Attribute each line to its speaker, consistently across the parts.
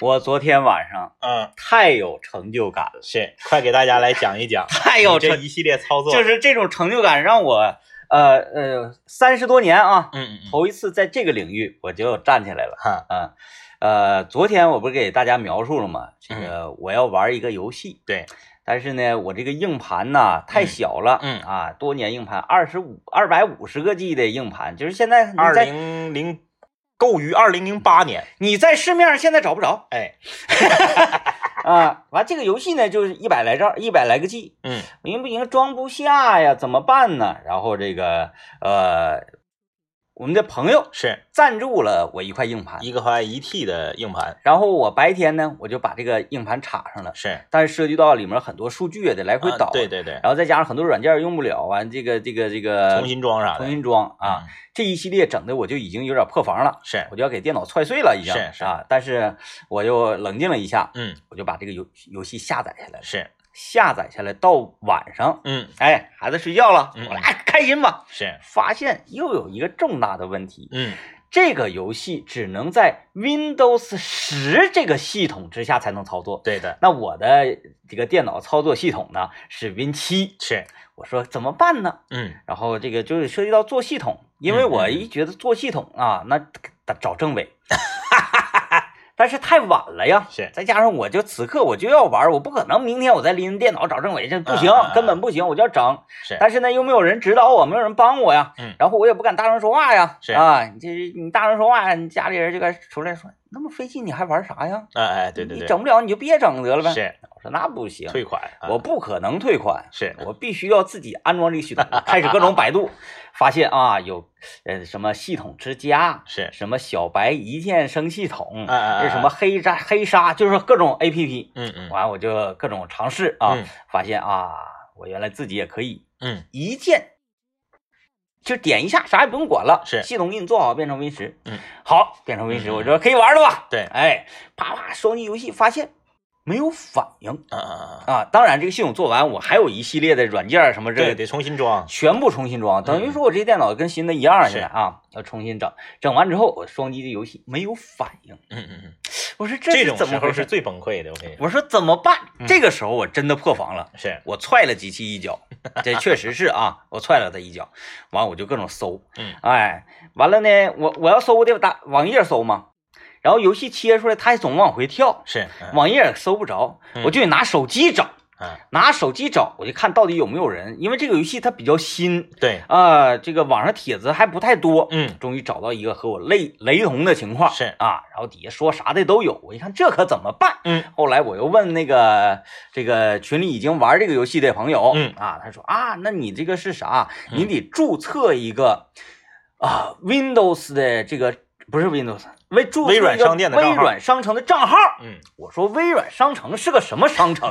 Speaker 1: 我昨天晚上
Speaker 2: 嗯，
Speaker 1: 太有成就感了，
Speaker 2: 是，快给大家来讲一讲
Speaker 1: 太有
Speaker 2: 你这
Speaker 1: 成，
Speaker 2: 一系列操作，
Speaker 1: 就是这种成就感让我呃呃三十多年啊，
Speaker 2: 嗯嗯嗯，
Speaker 1: 头一次在这个领域我就站起来了。
Speaker 2: 哈，
Speaker 1: 嗯，呃，昨天我不是给大家描述了吗？这个我要玩一个游戏，
Speaker 2: 嗯对，
Speaker 1: 但是呢，我这个硬盘呐太小了，
Speaker 2: 嗯嗯
Speaker 1: 啊，多年硬盘，二十五二百五十个 G 的硬盘，就是现在你
Speaker 2: 二
Speaker 1: 在
Speaker 2: 零零购于二零零八年，
Speaker 1: 你在市面上现在找不着
Speaker 2: 哎，
Speaker 1: 啊。完这个游戏呢，就是一百来兆，一百来个 G，
Speaker 2: 嗯
Speaker 1: 行不行？装不下呀，怎么办呢？然后这个呃，我们的朋友
Speaker 2: 是
Speaker 1: 赞助了我一块硬盘，
Speaker 2: 一个快一 T 的硬盘，
Speaker 1: 然后我白天呢我就把这个硬盘插上了。
Speaker 2: 是，
Speaker 1: 但是涉及到里面很多数据也得来回
Speaker 2: 啊
Speaker 1: 导，
Speaker 2: 对，对对，
Speaker 1: 然后再加上很多软件儿用不了，完这个这个这个
Speaker 2: 重新装啥的，
Speaker 1: 呃重新装啊，
Speaker 2: 嗯，
Speaker 1: 这一系列整的我就已经有点破防了，
Speaker 2: 是，
Speaker 1: 我就要给电脑踹碎了已经
Speaker 2: 是是
Speaker 1: 啊，但是我就冷静了一下，
Speaker 2: 嗯
Speaker 1: 我就把这个游游戏下载下来了，
Speaker 2: 是，
Speaker 1: 下载下来到晚上，
Speaker 2: 嗯
Speaker 1: 哎，孩子睡觉了，
Speaker 2: 嗯
Speaker 1: 我来开心吧，
Speaker 2: 是，
Speaker 1: 发现又有一个重大的问题，
Speaker 2: 嗯
Speaker 1: 这个游戏只能在 Windows 十这个系统之下才能操作。
Speaker 2: 对的，
Speaker 1: 那我的这个电脑操作系统呢是 Win 七，
Speaker 2: 是，
Speaker 1: 我说怎么办呢？
Speaker 2: 嗯
Speaker 1: 然后这个就是涉及到做系统，因为
Speaker 2: 嗯嗯
Speaker 1: 我
Speaker 2: 嗯
Speaker 1: 一觉得做系统啊，那得找政委， 但是太晚了呀。
Speaker 2: 是，
Speaker 1: 再加上我就此刻我就要玩，我不可能明天我再拎着电脑找政委，这不行
Speaker 2: 嗯嗯嗯，
Speaker 1: 根本不行，我就要整。
Speaker 2: 是
Speaker 1: 但是呢，又没有人指导我，没有人帮我呀。
Speaker 2: 嗯
Speaker 1: 然后我也不敢大声说话呀。
Speaker 2: 是
Speaker 1: 啊，你这你大声说话，你家里人就该出来说，那么费劲你还玩啥呀？
Speaker 2: 哎哎，对对
Speaker 1: 你
Speaker 2: 对，
Speaker 1: 整不了你就别整得了呗。
Speaker 2: 是
Speaker 1: 我说那不行，
Speaker 2: 退款，啊
Speaker 1: 我不可能退款，
Speaker 2: 是
Speaker 1: 我必须要自己安装这个系 统。开始各种百度，发现啊有呃什么系统之家，
Speaker 2: 是，
Speaker 1: 什么小白一键生系统，
Speaker 2: 哎哎哎
Speaker 1: 这什么黑鲨黑鲨，就是各种 A P P。
Speaker 2: 嗯嗯
Speaker 1: 完我就各种尝试啊，
Speaker 2: 嗯
Speaker 1: 发现啊我原来自己也可以
Speaker 2: 嗯
Speaker 1: 一键。就点一下，啥也不用管了，
Speaker 2: 是
Speaker 1: 系统给你做好，变成 Win 十。
Speaker 2: 嗯，
Speaker 1: 好，变成 Win
Speaker 2: 嗯
Speaker 1: 十，
Speaker 2: 嗯
Speaker 1: 我说可以玩了吧？
Speaker 2: 对
Speaker 1: 哎，啪啪双击游戏，发现没有反应，
Speaker 2: 嗯嗯嗯，
Speaker 1: 啊，当然这个系统做完，我还有一系列的软件儿什么这
Speaker 2: 对，嗯
Speaker 1: 个
Speaker 2: 得重新装，
Speaker 1: 全部重新装，等于说我这电脑跟新的一样儿现在啊，要重新整。整完之后，我双击这游戏没有反应，
Speaker 2: 嗯嗯嗯，
Speaker 1: 我说这
Speaker 2: 这
Speaker 1: 是
Speaker 2: 种
Speaker 1: 怎
Speaker 2: 时
Speaker 1: 么
Speaker 2: 候
Speaker 1: 回
Speaker 2: 是
Speaker 1: 事？
Speaker 2: 最崩溃的，我跟你说，
Speaker 1: 我说怎么办？
Speaker 2: 嗯
Speaker 1: 这个时候我真的破防了，
Speaker 2: 是，
Speaker 1: 我踹了机器一脚， 这确实是啊，我踹了他一脚，完我就各种搜，
Speaker 2: 嗯
Speaker 1: 哎，完了呢，我我要搜我得打网页搜嘛，然后游戏切出来，它还总往回跳，
Speaker 2: 是，嗯
Speaker 1: 网页搜不着，
Speaker 2: 嗯
Speaker 1: 我就得拿手机找。
Speaker 2: 嗯，
Speaker 1: 拿手机找，我就看到底有没有人，因为这个游戏它比较新
Speaker 2: 嗯对，
Speaker 1: 啊、这个网上帖子还不太多。
Speaker 2: 嗯
Speaker 1: 终于找到一个和我类雷同的情况，
Speaker 2: 是
Speaker 1: 啊，然后底下说啥的都有，我一看这可怎么办？
Speaker 2: 嗯
Speaker 1: 后来我又问那个这个群里已经玩这个游戏的朋友，
Speaker 2: 嗯
Speaker 1: 啊，他说啊，那你这个是啥？
Speaker 2: 嗯
Speaker 1: 你得注册一个啊 Windows 的这个不是 Windows，微注册
Speaker 2: 微
Speaker 1: 一
Speaker 2: 软
Speaker 1: 个
Speaker 2: 商店的账
Speaker 1: 微
Speaker 2: 号
Speaker 1: 软商城的账号，
Speaker 2: 嗯，
Speaker 1: 我说微软商城是个什么商城？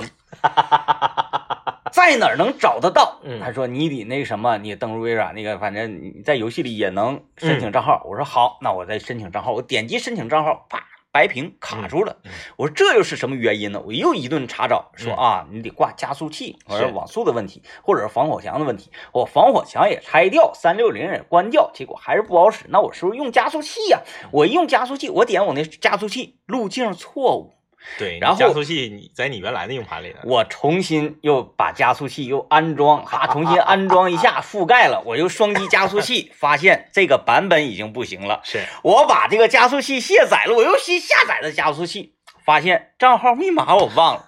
Speaker 1: 在哪儿能找得到？
Speaker 2: 嗯
Speaker 1: 他说你得那个什么，你登录微软那个，反正你在游戏里也能
Speaker 2: 嗯
Speaker 1: 申请账号。我说好，那我再申请账号。我点击申请账号，啪，白屏卡住了。
Speaker 2: 嗯嗯
Speaker 1: 我说这又是什么原因呢？我又一顿查找，说
Speaker 2: 嗯
Speaker 1: 啊，你得挂加速器，我说
Speaker 2: 是
Speaker 1: 网速的问题，或者是防火墙的问题。我防火墙也拆掉，三六零也关掉，结果还是不好使。那我是不是用加速器呀、
Speaker 2: 嗯
Speaker 1: 我一用加速器，我点我那加速器路径错误。
Speaker 2: 对，
Speaker 1: 然后
Speaker 2: 加速器你在你原来的硬盘里呢，
Speaker 1: 我重新又把加速器又安装，哈，重新安装一下，覆盖了。我又双击加速器，发现这个版本已经不行了。
Speaker 2: 是，
Speaker 1: 我把这个加速器卸载了，我又新下载的加速器，发现账号密码我忘了。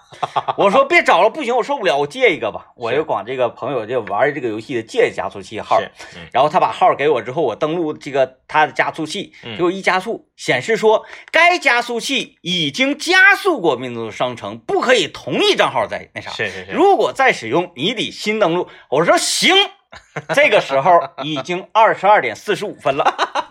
Speaker 1: 我说别找了，不行，我受不了，我借一个吧。我又管这个朋友这玩这个游戏的借加速器号，
Speaker 2: 是，嗯
Speaker 1: 然后他把号给我之后，我登录这个他的加速器，
Speaker 2: 嗯
Speaker 1: 结果一加速显示说，该加速器已经加速过民族商城，不可以同一账号再那啥。
Speaker 2: 是是是，
Speaker 1: 如果再使用，你得新登录。我说 行，这个时候已经二十二点四十五分了。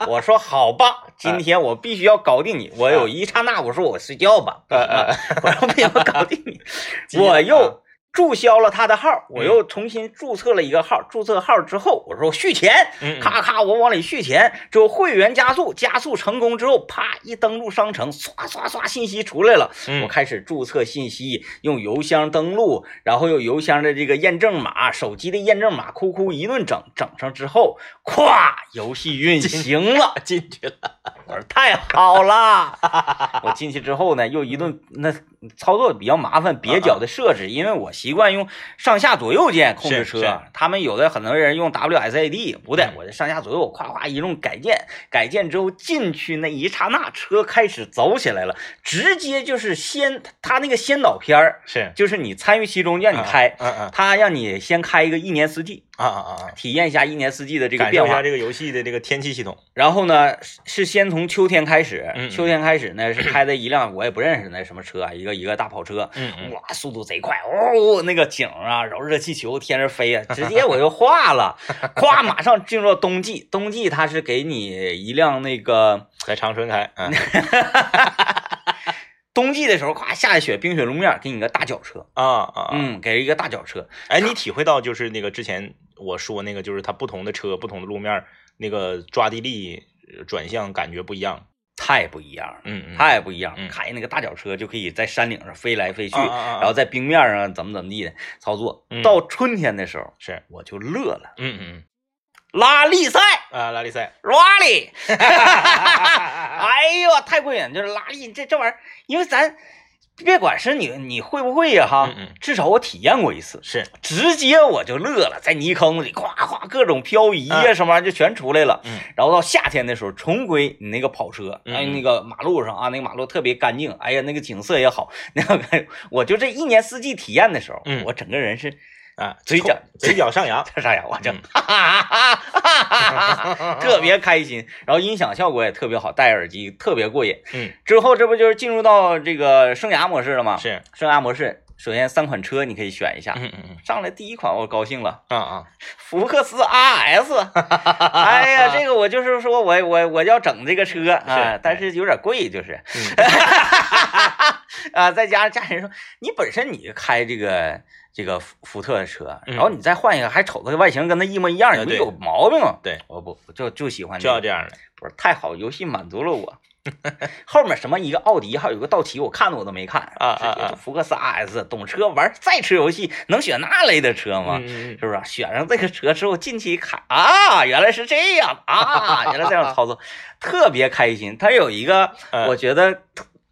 Speaker 1: 我说好吧，
Speaker 2: 哎
Speaker 1: 今天我必须要搞定你。我有一刹那，我说我睡觉吧，嗯
Speaker 2: 呃呃，
Speaker 1: 我说不行，我搞定 你。
Speaker 2: 急了
Speaker 1: 我
Speaker 2: 啊嗯
Speaker 1: 又注销了他的号，我又重新注册了一个号。注册号之后，我说我续钱，
Speaker 2: 嗯，嗯
Speaker 1: 咔咔，我往里续钱，之后会员加速，加速成功之后，啪一登录商城，刷刷刷信息出来了，
Speaker 2: 嗯
Speaker 1: 我开始注册信息，用邮箱登录，然后用邮箱的这个验证码，手机的验证码， 哭哭一顿整，整上之后，咵，游戏运行了，
Speaker 2: 进去了，
Speaker 1: 我说太好 了。我进去之后呢，又一顿那操作比较麻烦，蹩脚的设置，因为我习惯用上下左右键控制
Speaker 2: 是是
Speaker 1: 车，他们有的很多人用 WSAD，不对
Speaker 2: 嗯，
Speaker 1: 我这上下左右夸夸一弄改键，改键之后进去那一刹那，车开始走起来了，直接就是先他那个先导片儿，
Speaker 2: 是
Speaker 1: 就是你参与其中让你开，
Speaker 2: 嗯嗯
Speaker 1: 他让你先开一个一年四季。
Speaker 2: 啊啊啊！
Speaker 1: 体验一下一年四季的这个
Speaker 2: 感受
Speaker 1: 变
Speaker 2: 一下
Speaker 1: 化。
Speaker 2: 这个游戏的这个天气系统，
Speaker 1: 然后呢，是是先从秋天开始，
Speaker 2: 嗯嗯
Speaker 1: 秋天开始呢是开的一辆我也不认识那什么车啊，一个一个大跑车。
Speaker 2: 嗯
Speaker 1: 哇，速度贼快哦！那个景儿啊，然后热气球天上飞啊，直接我就化了， 咵，马上进入到冬季。冬季它是给你一辆那个
Speaker 2: 在长春开， 嗯，
Speaker 1: 冬季的时候，咵下着雪，冰雪路面，给你个大轿车，
Speaker 2: 啊啊，啊
Speaker 1: 嗯，给一个大轿车，
Speaker 2: 哎，你体会到就是那个之前我说那个，就是它不同的车、不同的路面儿，那个抓地力、呃转向感觉不一样。
Speaker 1: 太不一样了，
Speaker 2: 嗯嗯，
Speaker 1: 太不一样了
Speaker 2: 嗯。
Speaker 1: 开那个大轿车就可以在山顶上飞来飞去，
Speaker 2: 啊啊啊啊
Speaker 1: 然后在冰面上怎么怎么地的操作
Speaker 2: 嗯。
Speaker 1: 到春天的时候，
Speaker 2: 是，
Speaker 1: 我就乐了，
Speaker 2: 嗯嗯
Speaker 1: 拉力赛，
Speaker 2: 嗯，啊，拉力 赛，啊
Speaker 1: 拉力，哎呦，太过瘾了，就是拉力，这这玩意儿，因为咱别管是你你会不会呀哈
Speaker 2: 嗯嗯，
Speaker 1: 至少我体验过一次，
Speaker 2: 是，
Speaker 1: 直接我就乐了，在泥坑里夸夸各种漂移呀、什么玩意儿就全出来了。
Speaker 2: 嗯
Speaker 1: 然后到夏天的时候，重归你那个跑车，
Speaker 2: 嗯
Speaker 1: 哎，那个马路上啊，那个马路特别干净，哎呀，那个景色也好，那个我就这一年四季体验的时候，
Speaker 2: 嗯
Speaker 1: 我整个人是
Speaker 2: 啊，
Speaker 1: 嘴角
Speaker 2: 冲嘴角上扬，
Speaker 1: 这啥呀，我就
Speaker 2: 嗯
Speaker 1: 哈哈哈哈哈哈哈， 特别开心。然后音响效果也特别好，戴耳机特别过瘾。
Speaker 2: 嗯，
Speaker 1: 之后这不就是进入到这个生涯模式了吗？
Speaker 2: 是，
Speaker 1: 生涯模式，首先三款车你可以选一下。
Speaker 2: 嗯嗯嗯，
Speaker 1: 上来第一款我高兴了。
Speaker 2: 啊啊，
Speaker 1: 福克斯 RS，哎呀，这个我就是说我我我要整这个车啊
Speaker 2: 是，哎
Speaker 1: 但是有点贵，就是
Speaker 2: 嗯
Speaker 1: 啊，再加上家人说你本身你开这个这个福福特的车，
Speaker 2: 嗯啊
Speaker 1: 然后你再换一个，还瞅着外形跟它一模一样，
Speaker 2: 对
Speaker 1: 你不
Speaker 2: 对
Speaker 1: 有毛病吗？
Speaker 2: 对，
Speaker 1: 我不我就就喜欢
Speaker 2: 就要这
Speaker 1: 样，
Speaker 2: 样的，
Speaker 1: 不是太好，游戏满足了 我。后面什么一个奥迪，还有一个道奇，我看的我都没看
Speaker 2: 啊啊
Speaker 1: 直接
Speaker 2: 啊
Speaker 1: 就福克斯 RS，懂车玩赛车游戏，能选那类的车吗？
Speaker 2: 嗯嗯
Speaker 1: 是不是？啊选上这个车之后进去一看啊，原来是这样啊，原来这样操作，特别开心。它有一 个
Speaker 2: 嗯
Speaker 1: 我觉得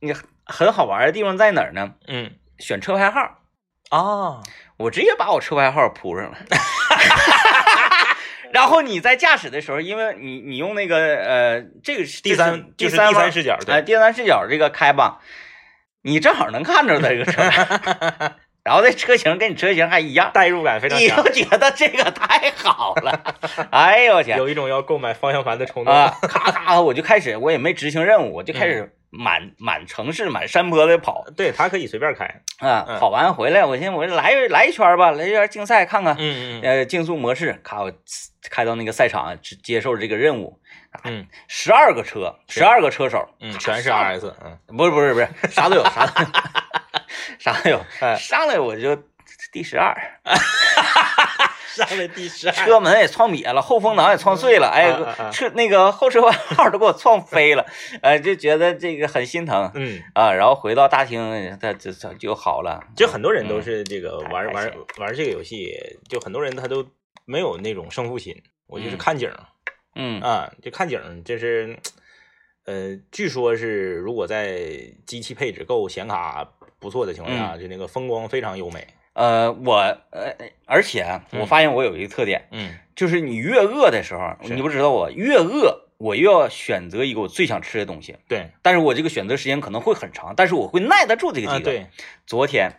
Speaker 1: 你很好玩的地方在哪儿呢？
Speaker 2: 嗯，
Speaker 1: 选车牌号，
Speaker 2: 啊，
Speaker 1: 我直接把我车牌号铺上了。 然后你在驾驶的时候，因为你你用那个呃，这个是
Speaker 2: 第三
Speaker 1: 这
Speaker 2: 就是是
Speaker 1: 第三方
Speaker 2: 第三视角，
Speaker 1: 哎，
Speaker 2: 对，
Speaker 1: 第三视角这个开吧，你正好能看着它这个车牌， 然后这车型跟你车型还一样，
Speaker 2: 代入感非常
Speaker 1: 你
Speaker 2: 强，
Speaker 1: 就觉得这个太好 了，哎呦我天
Speaker 2: 有一种要购买方向盘的冲动。
Speaker 1: 啊！咔咔，我就开始，我也没执行任务，我就开
Speaker 2: 嗯
Speaker 1: 始满、满城市、满山坡的跑
Speaker 2: 对，它可以随便开。
Speaker 1: 啊！
Speaker 2: 嗯
Speaker 1: 跑完回来，我寻思我来来一圈吧，来一圈竞赛看看，
Speaker 2: 嗯嗯
Speaker 1: 呃，竞速模式，咔，我开到那个赛场接接受这个任务，啊
Speaker 2: 嗯
Speaker 1: 十二个车，十二个车手，
Speaker 2: 嗯，
Speaker 1: 咔
Speaker 2: 全是
Speaker 1: 上
Speaker 2: RS，嗯，
Speaker 1: 不是不是不是，啥都有，啥 都有，啥都有，
Speaker 2: 哎
Speaker 1: 上来我就第十二。
Speaker 2: 上了第十二，
Speaker 1: 车门也撞瘪了，后风挡也撞 碎了，
Speaker 2: 嗯嗯
Speaker 1: 哎，
Speaker 2: 嗯
Speaker 1: 车那个后车外号都给我撞飞了， 呃，就觉得这个很心疼
Speaker 2: 嗯，
Speaker 1: 啊。然后回到大厅，他就就就好了。
Speaker 2: 就很多人都
Speaker 1: 嗯
Speaker 2: 是这个
Speaker 1: 太
Speaker 2: 玩、
Speaker 1: 开
Speaker 2: 玩
Speaker 1: 心
Speaker 2: 玩这个游戏，就很多人他都没有那种胜负心，我就是
Speaker 1: 嗯
Speaker 2: 看景儿、
Speaker 1: 嗯
Speaker 2: 啊，就看景儿，这是呃，据说是如果在机器配置够、显卡不错的情
Speaker 1: 嗯
Speaker 2: 况下，就那个风光非常优美。
Speaker 1: 呃，我呃，而且我
Speaker 2: 嗯
Speaker 1: 发现我有一个特点，
Speaker 2: 嗯
Speaker 1: 就是你越饿的时候，
Speaker 2: 是
Speaker 1: 你不知道我越饿，我越要选择一个我最想吃的东西，
Speaker 2: 对
Speaker 1: 但是我这个选择时间可能会很长，但是我会耐得住这个
Speaker 2: 啊
Speaker 1: 饥饿。
Speaker 2: 对
Speaker 1: 昨天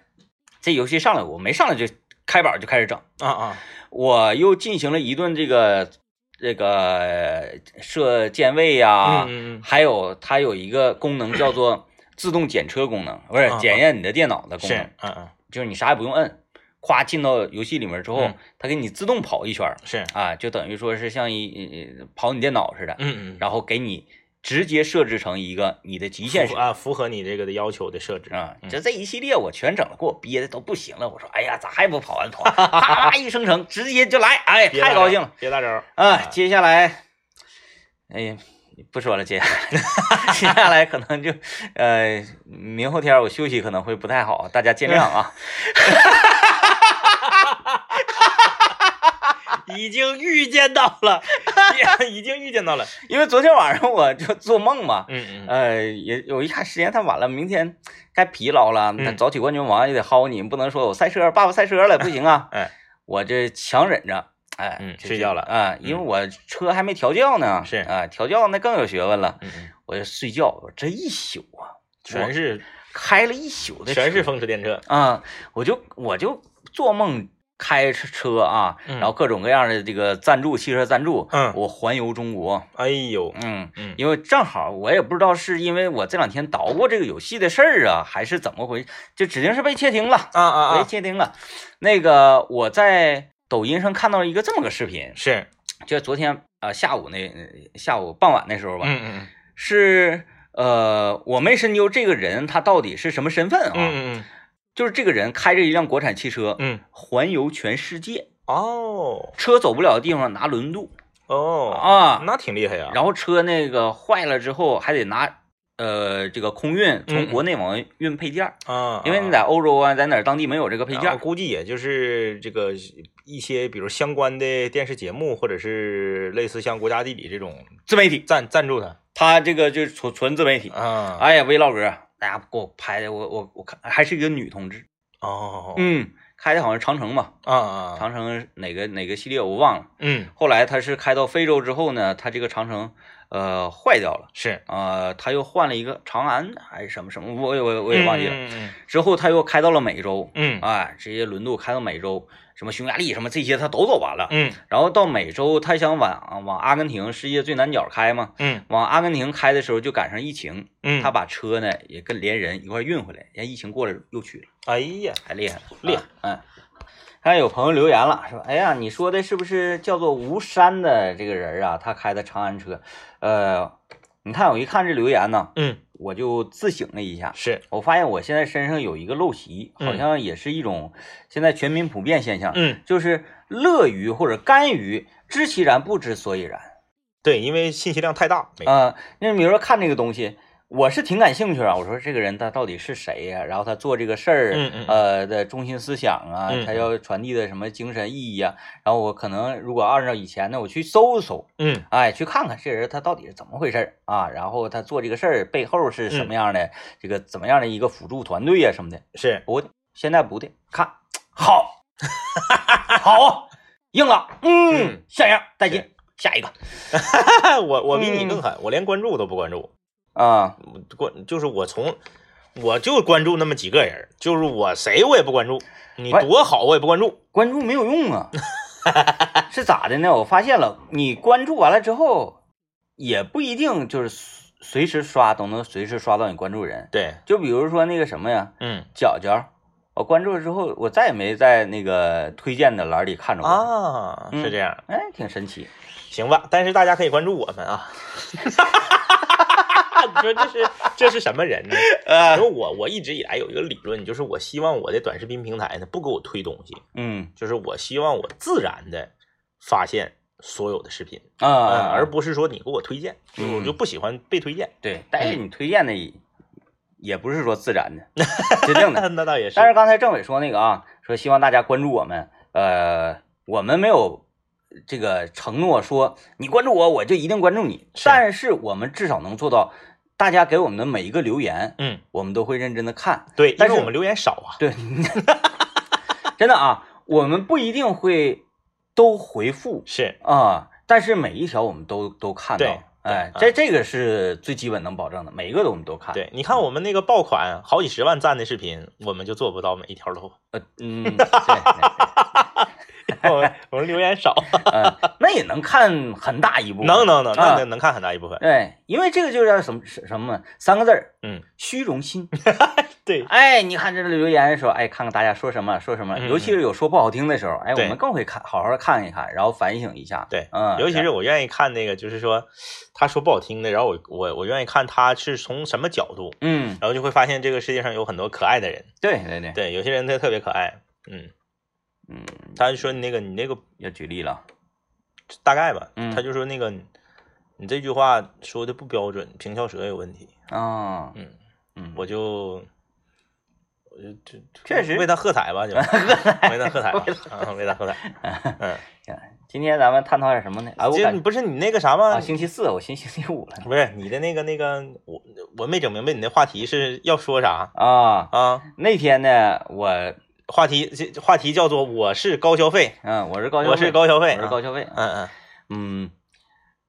Speaker 1: 这游戏上来，我没上来就开板就开始整。
Speaker 2: 啊啊
Speaker 1: 我又进行了一顿这个这个呃射键位呀、
Speaker 2: 嗯嗯
Speaker 1: 还有它有一个功能叫 做自动检车功能，不是
Speaker 2: 啊啊
Speaker 1: 检验你的电脑的
Speaker 2: 嗯
Speaker 1: 功
Speaker 2: 是
Speaker 1: 能，
Speaker 2: 嗯嗯
Speaker 1: 就是你啥也不用摁，咵进到游戏里面之后，
Speaker 2: 嗯
Speaker 1: 它给你自动跑一圈儿
Speaker 2: 是
Speaker 1: 啊，就等于说是像一呃跑你电脑似的，
Speaker 2: 嗯嗯，
Speaker 1: 然后给你直接设置成一个你的极限
Speaker 2: 符
Speaker 1: 是
Speaker 2: 啊符合你这个的要求的设置
Speaker 1: 啊，
Speaker 2: 嗯
Speaker 1: 就这一系列我全整了，给我憋的都不行了。我说，哎呀，咋还不跑完跑完？ 啪啪一声成，直接就来，哎，
Speaker 2: 别大
Speaker 1: 太高
Speaker 2: 招
Speaker 1: 兴了。
Speaker 2: 别大招儿
Speaker 1: 啊，接下来，哎呀，不说了，接下来， 接下来可能就，呃，明后天我休息可能会不太好，大家见谅啊。
Speaker 2: 已经预见到了，已经预见到 了。
Speaker 1: 因为昨天晚上我就做梦嘛，
Speaker 2: 嗯嗯
Speaker 1: 呃，也有一看时间太晚了，明天该疲劳了，那
Speaker 2: 嗯
Speaker 1: 早起冠军王也得薅你，不能说我赛车，爸爸赛车 了，不行啊，
Speaker 2: 哎，
Speaker 1: 我这强忍着，哎，
Speaker 2: 嗯
Speaker 1: 这
Speaker 2: 睡觉了
Speaker 1: 啊，因为我车还没调教呢，
Speaker 2: 是
Speaker 1: 啊，调教那更有学问了，
Speaker 2: 嗯嗯，
Speaker 1: 我就睡觉，我这一宿啊，
Speaker 2: 全是
Speaker 1: 开了一宿的车，
Speaker 2: 全是风驰电掣。
Speaker 1: 啊，我就我就做梦开车车啊，
Speaker 2: 嗯
Speaker 1: 然后各种各样的这个赞助，汽车赞助，
Speaker 2: 嗯
Speaker 1: 我环游中国，
Speaker 2: 哎呦，
Speaker 1: 嗯，
Speaker 2: 嗯
Speaker 1: 因为正好我也不知道是因为我这两天捣鼓这个游戏的事儿啊，还是怎么回，就指定是被窃听了，
Speaker 2: 啊啊
Speaker 1: 被
Speaker 2: 啊，
Speaker 1: 窃听了。那个我在抖音上看到一个这么个视频，
Speaker 2: 是，
Speaker 1: 就昨天啊、呃下午那下午傍晚那时候吧，
Speaker 2: 嗯嗯
Speaker 1: 是呃我没深究这个人他到底是什么身份啊，
Speaker 2: 嗯嗯
Speaker 1: 就是这个人开着一辆国产汽车、
Speaker 2: 嗯，
Speaker 1: 环游全世界，
Speaker 2: 哦
Speaker 1: 车走不了的地方拿轮渡
Speaker 2: 哦，
Speaker 1: 啊，
Speaker 2: 那挺厉害呀。
Speaker 1: 然后车那个坏了之后，还得拿呃这个空运从
Speaker 2: 嗯
Speaker 1: 国内往外运配件儿，
Speaker 2: 啊，
Speaker 1: 因为你在欧洲啊，在哪儿当地没有这个配件
Speaker 2: 然后
Speaker 1: 儿。
Speaker 2: 估计也就是这个一些，比如相关的电视节目，或者是类似像国家地理这种
Speaker 1: 自媒体，
Speaker 2: 赞赞助他
Speaker 1: 他这个就是纯纯自媒体。
Speaker 2: 啊。
Speaker 1: 哎呀，vlog，大家给我拍的，我我我看还是一个女同志，
Speaker 2: 哦，
Speaker 1: 嗯，开的好像长城吧，
Speaker 2: 啊啊，
Speaker 1: 长城哪个哪个系列我忘了。
Speaker 2: 嗯，
Speaker 1: 后来他是开到非洲之后呢，他这个长城呃坏掉了。
Speaker 2: 是，
Speaker 1: 啊，他又换了一个长安还是什么什么，我也我也我也忘记了。
Speaker 2: 嗯嗯
Speaker 1: 之后他又开到了美洲，
Speaker 2: 嗯
Speaker 1: 啊，直接轮渡开到美洲，什么匈牙利什么这些他都走完了。
Speaker 2: 嗯
Speaker 1: 然后到美洲，他想往往阿根廷世界最南角开嘛，
Speaker 2: 嗯
Speaker 1: 往阿根廷开的时候就赶上疫情，
Speaker 2: 嗯，
Speaker 1: 他把车呢也跟连人一块运回来，人家疫情过了又去了，
Speaker 2: 哎呀，
Speaker 1: 太厉害了，
Speaker 2: 厉害
Speaker 1: 啊，嗯。还有朋友留言了，说：“哎呀，你说的是不是叫做吴山的这个人啊？他开的长安车，呃，你看我一看这留言呢，
Speaker 2: 嗯，
Speaker 1: 我就自省了一下，
Speaker 2: 是，
Speaker 1: 我发现我现在身上有一个陋习，
Speaker 2: 嗯
Speaker 1: 好像也是一种现在全民普遍现象，
Speaker 2: 嗯，
Speaker 1: 就是乐于或者甘于知其然不知所以然。
Speaker 2: 对，因为信息量太大，没，
Speaker 1: 啊、那比如说看这个东西，我是挺感兴趣啊，我说这个人他到底是谁呀、然后他做这个事儿，
Speaker 2: 嗯嗯嗯
Speaker 1: 呃的中心思想啊，
Speaker 2: 嗯
Speaker 1: 他要传递的什么精神意义啊，然后我可能如果按照以前呢，我去搜搜，
Speaker 2: 嗯
Speaker 1: 哎，去看看这人他到底是怎么回事儿啊？然后他做这个事儿背后是什么样的，这个怎么样的一个辅助团队呀、啊什么的。
Speaker 2: 是，
Speaker 1: 不的，现在不的，看好，好，啊硬了，嗯
Speaker 2: 嗯，
Speaker 1: 像样，带劲，下一个
Speaker 2: 我我比你更狠，我连关注都不关注，
Speaker 1: 啊，
Speaker 2: 关就是我从。我就关注那么几个人，就是我谁我也不关注，你多好我也不关注。
Speaker 1: 关注没有用啊，是咋的呢？我发现了，你关注完了之后，也不一定就是随随时刷都能随时刷到你关注人。
Speaker 2: 对，
Speaker 1: 就比如说那个什么呀，
Speaker 2: 嗯
Speaker 1: 角角，我关注了之后，我再也没在那个推荐的栏里看着过。
Speaker 2: 啊，
Speaker 1: 嗯
Speaker 2: 是这样。
Speaker 1: 哎，挺神奇。
Speaker 2: 行吧，但是大家可以关注我们 啊。你说这是这是什么人 呢？
Speaker 1: 呃
Speaker 2: 因为我我一直以来有一个理论，就是我希望我的短视频平台呢不给我推东西，
Speaker 1: 嗯
Speaker 2: 就是我希望我自然的发现所有的视频，
Speaker 1: 啊，嗯
Speaker 2: 嗯，而
Speaker 1: 而
Speaker 2: 不是说你给我推荐，就是我就不喜欢被推荐。
Speaker 1: 对，但
Speaker 2: 嗯
Speaker 1: 是你推荐的也也不是说自然的， 指定的。
Speaker 2: 那倒也是
Speaker 1: 嗯但，是刚才政委说那个啊，说希望大家关注我们，呃，我们没有这个承诺说你关注我，我就一定关注你，
Speaker 2: 是
Speaker 1: 但是我们至少能做到，大家给我们的每一个留言，
Speaker 2: 嗯，
Speaker 1: 我们都会认真的看，
Speaker 2: 对，
Speaker 1: 但
Speaker 2: 因为
Speaker 1: 是
Speaker 2: 我们留言少啊，
Speaker 1: 对， 真的啊，我们不一定会都回复
Speaker 2: 是
Speaker 1: 啊，但是每一条我们都都看到
Speaker 2: 对。
Speaker 1: 哎，
Speaker 2: 对
Speaker 1: 这
Speaker 2: 啊
Speaker 1: 这个是最基本能保证的，每一个都我们都看。，
Speaker 2: 对。你看我们那个爆款好几十万赞的视频，我们就做不到每一条 都，
Speaker 1: 呃，嗯，对对，
Speaker 2: 我们我们留言少，
Speaker 1: 呃，那也能看很大一部分。
Speaker 2: 能能能，那
Speaker 1: 啊
Speaker 2: 能能看很大一部分。
Speaker 1: 对，因为这个就叫什么什什么呢三个字儿，
Speaker 2: 嗯，
Speaker 1: 虚荣心。
Speaker 2: 对，
Speaker 1: 哎，你看这留言的时候，哎，看看大家说什么说什么，
Speaker 2: 嗯
Speaker 1: 尤其是有说不好听的时候，哎，我
Speaker 2: 对
Speaker 1: 们更会看，好好看一看，然后反省一下。
Speaker 2: 对，
Speaker 1: 嗯，
Speaker 2: 尤其是我愿意看那个，就是说他说不好听的，然后我我我愿意看他是从什么角度，
Speaker 1: 嗯，
Speaker 2: 然后就会发现这个世界上有很多可爱的人，
Speaker 1: 对对对，
Speaker 2: 对，有些人他特别可爱，嗯，
Speaker 1: 嗯，
Speaker 2: 他就说你那个你那个
Speaker 1: 要举例了。
Speaker 2: 大概吧，
Speaker 1: 嗯
Speaker 2: 他就说那个你这句话说的不标准，平翘舌有问题，
Speaker 1: 啊，
Speaker 2: 嗯，
Speaker 1: 嗯，
Speaker 2: 我就就就
Speaker 1: 确实
Speaker 2: 为他喝 彩吧，就为他喝彩吧，啊为他喝彩。嗯，
Speaker 1: 今天咱们探讨点什么呢？哎，我
Speaker 2: 这
Speaker 1: 感
Speaker 2: 你
Speaker 1: 觉
Speaker 2: 不是你那个啥吗
Speaker 1: 啊，？星期四我寻星期五了呢
Speaker 2: 不是你的那个那个，我我没整明白你的话题是要说啥
Speaker 1: 啊。
Speaker 2: 啊？
Speaker 1: 那天呢，我
Speaker 2: 话题这话题叫做我是高消费，
Speaker 1: 嗯，我是高消费，
Speaker 2: 我是高消费，
Speaker 1: 我是高消费。
Speaker 2: 嗯嗯
Speaker 1: 嗯，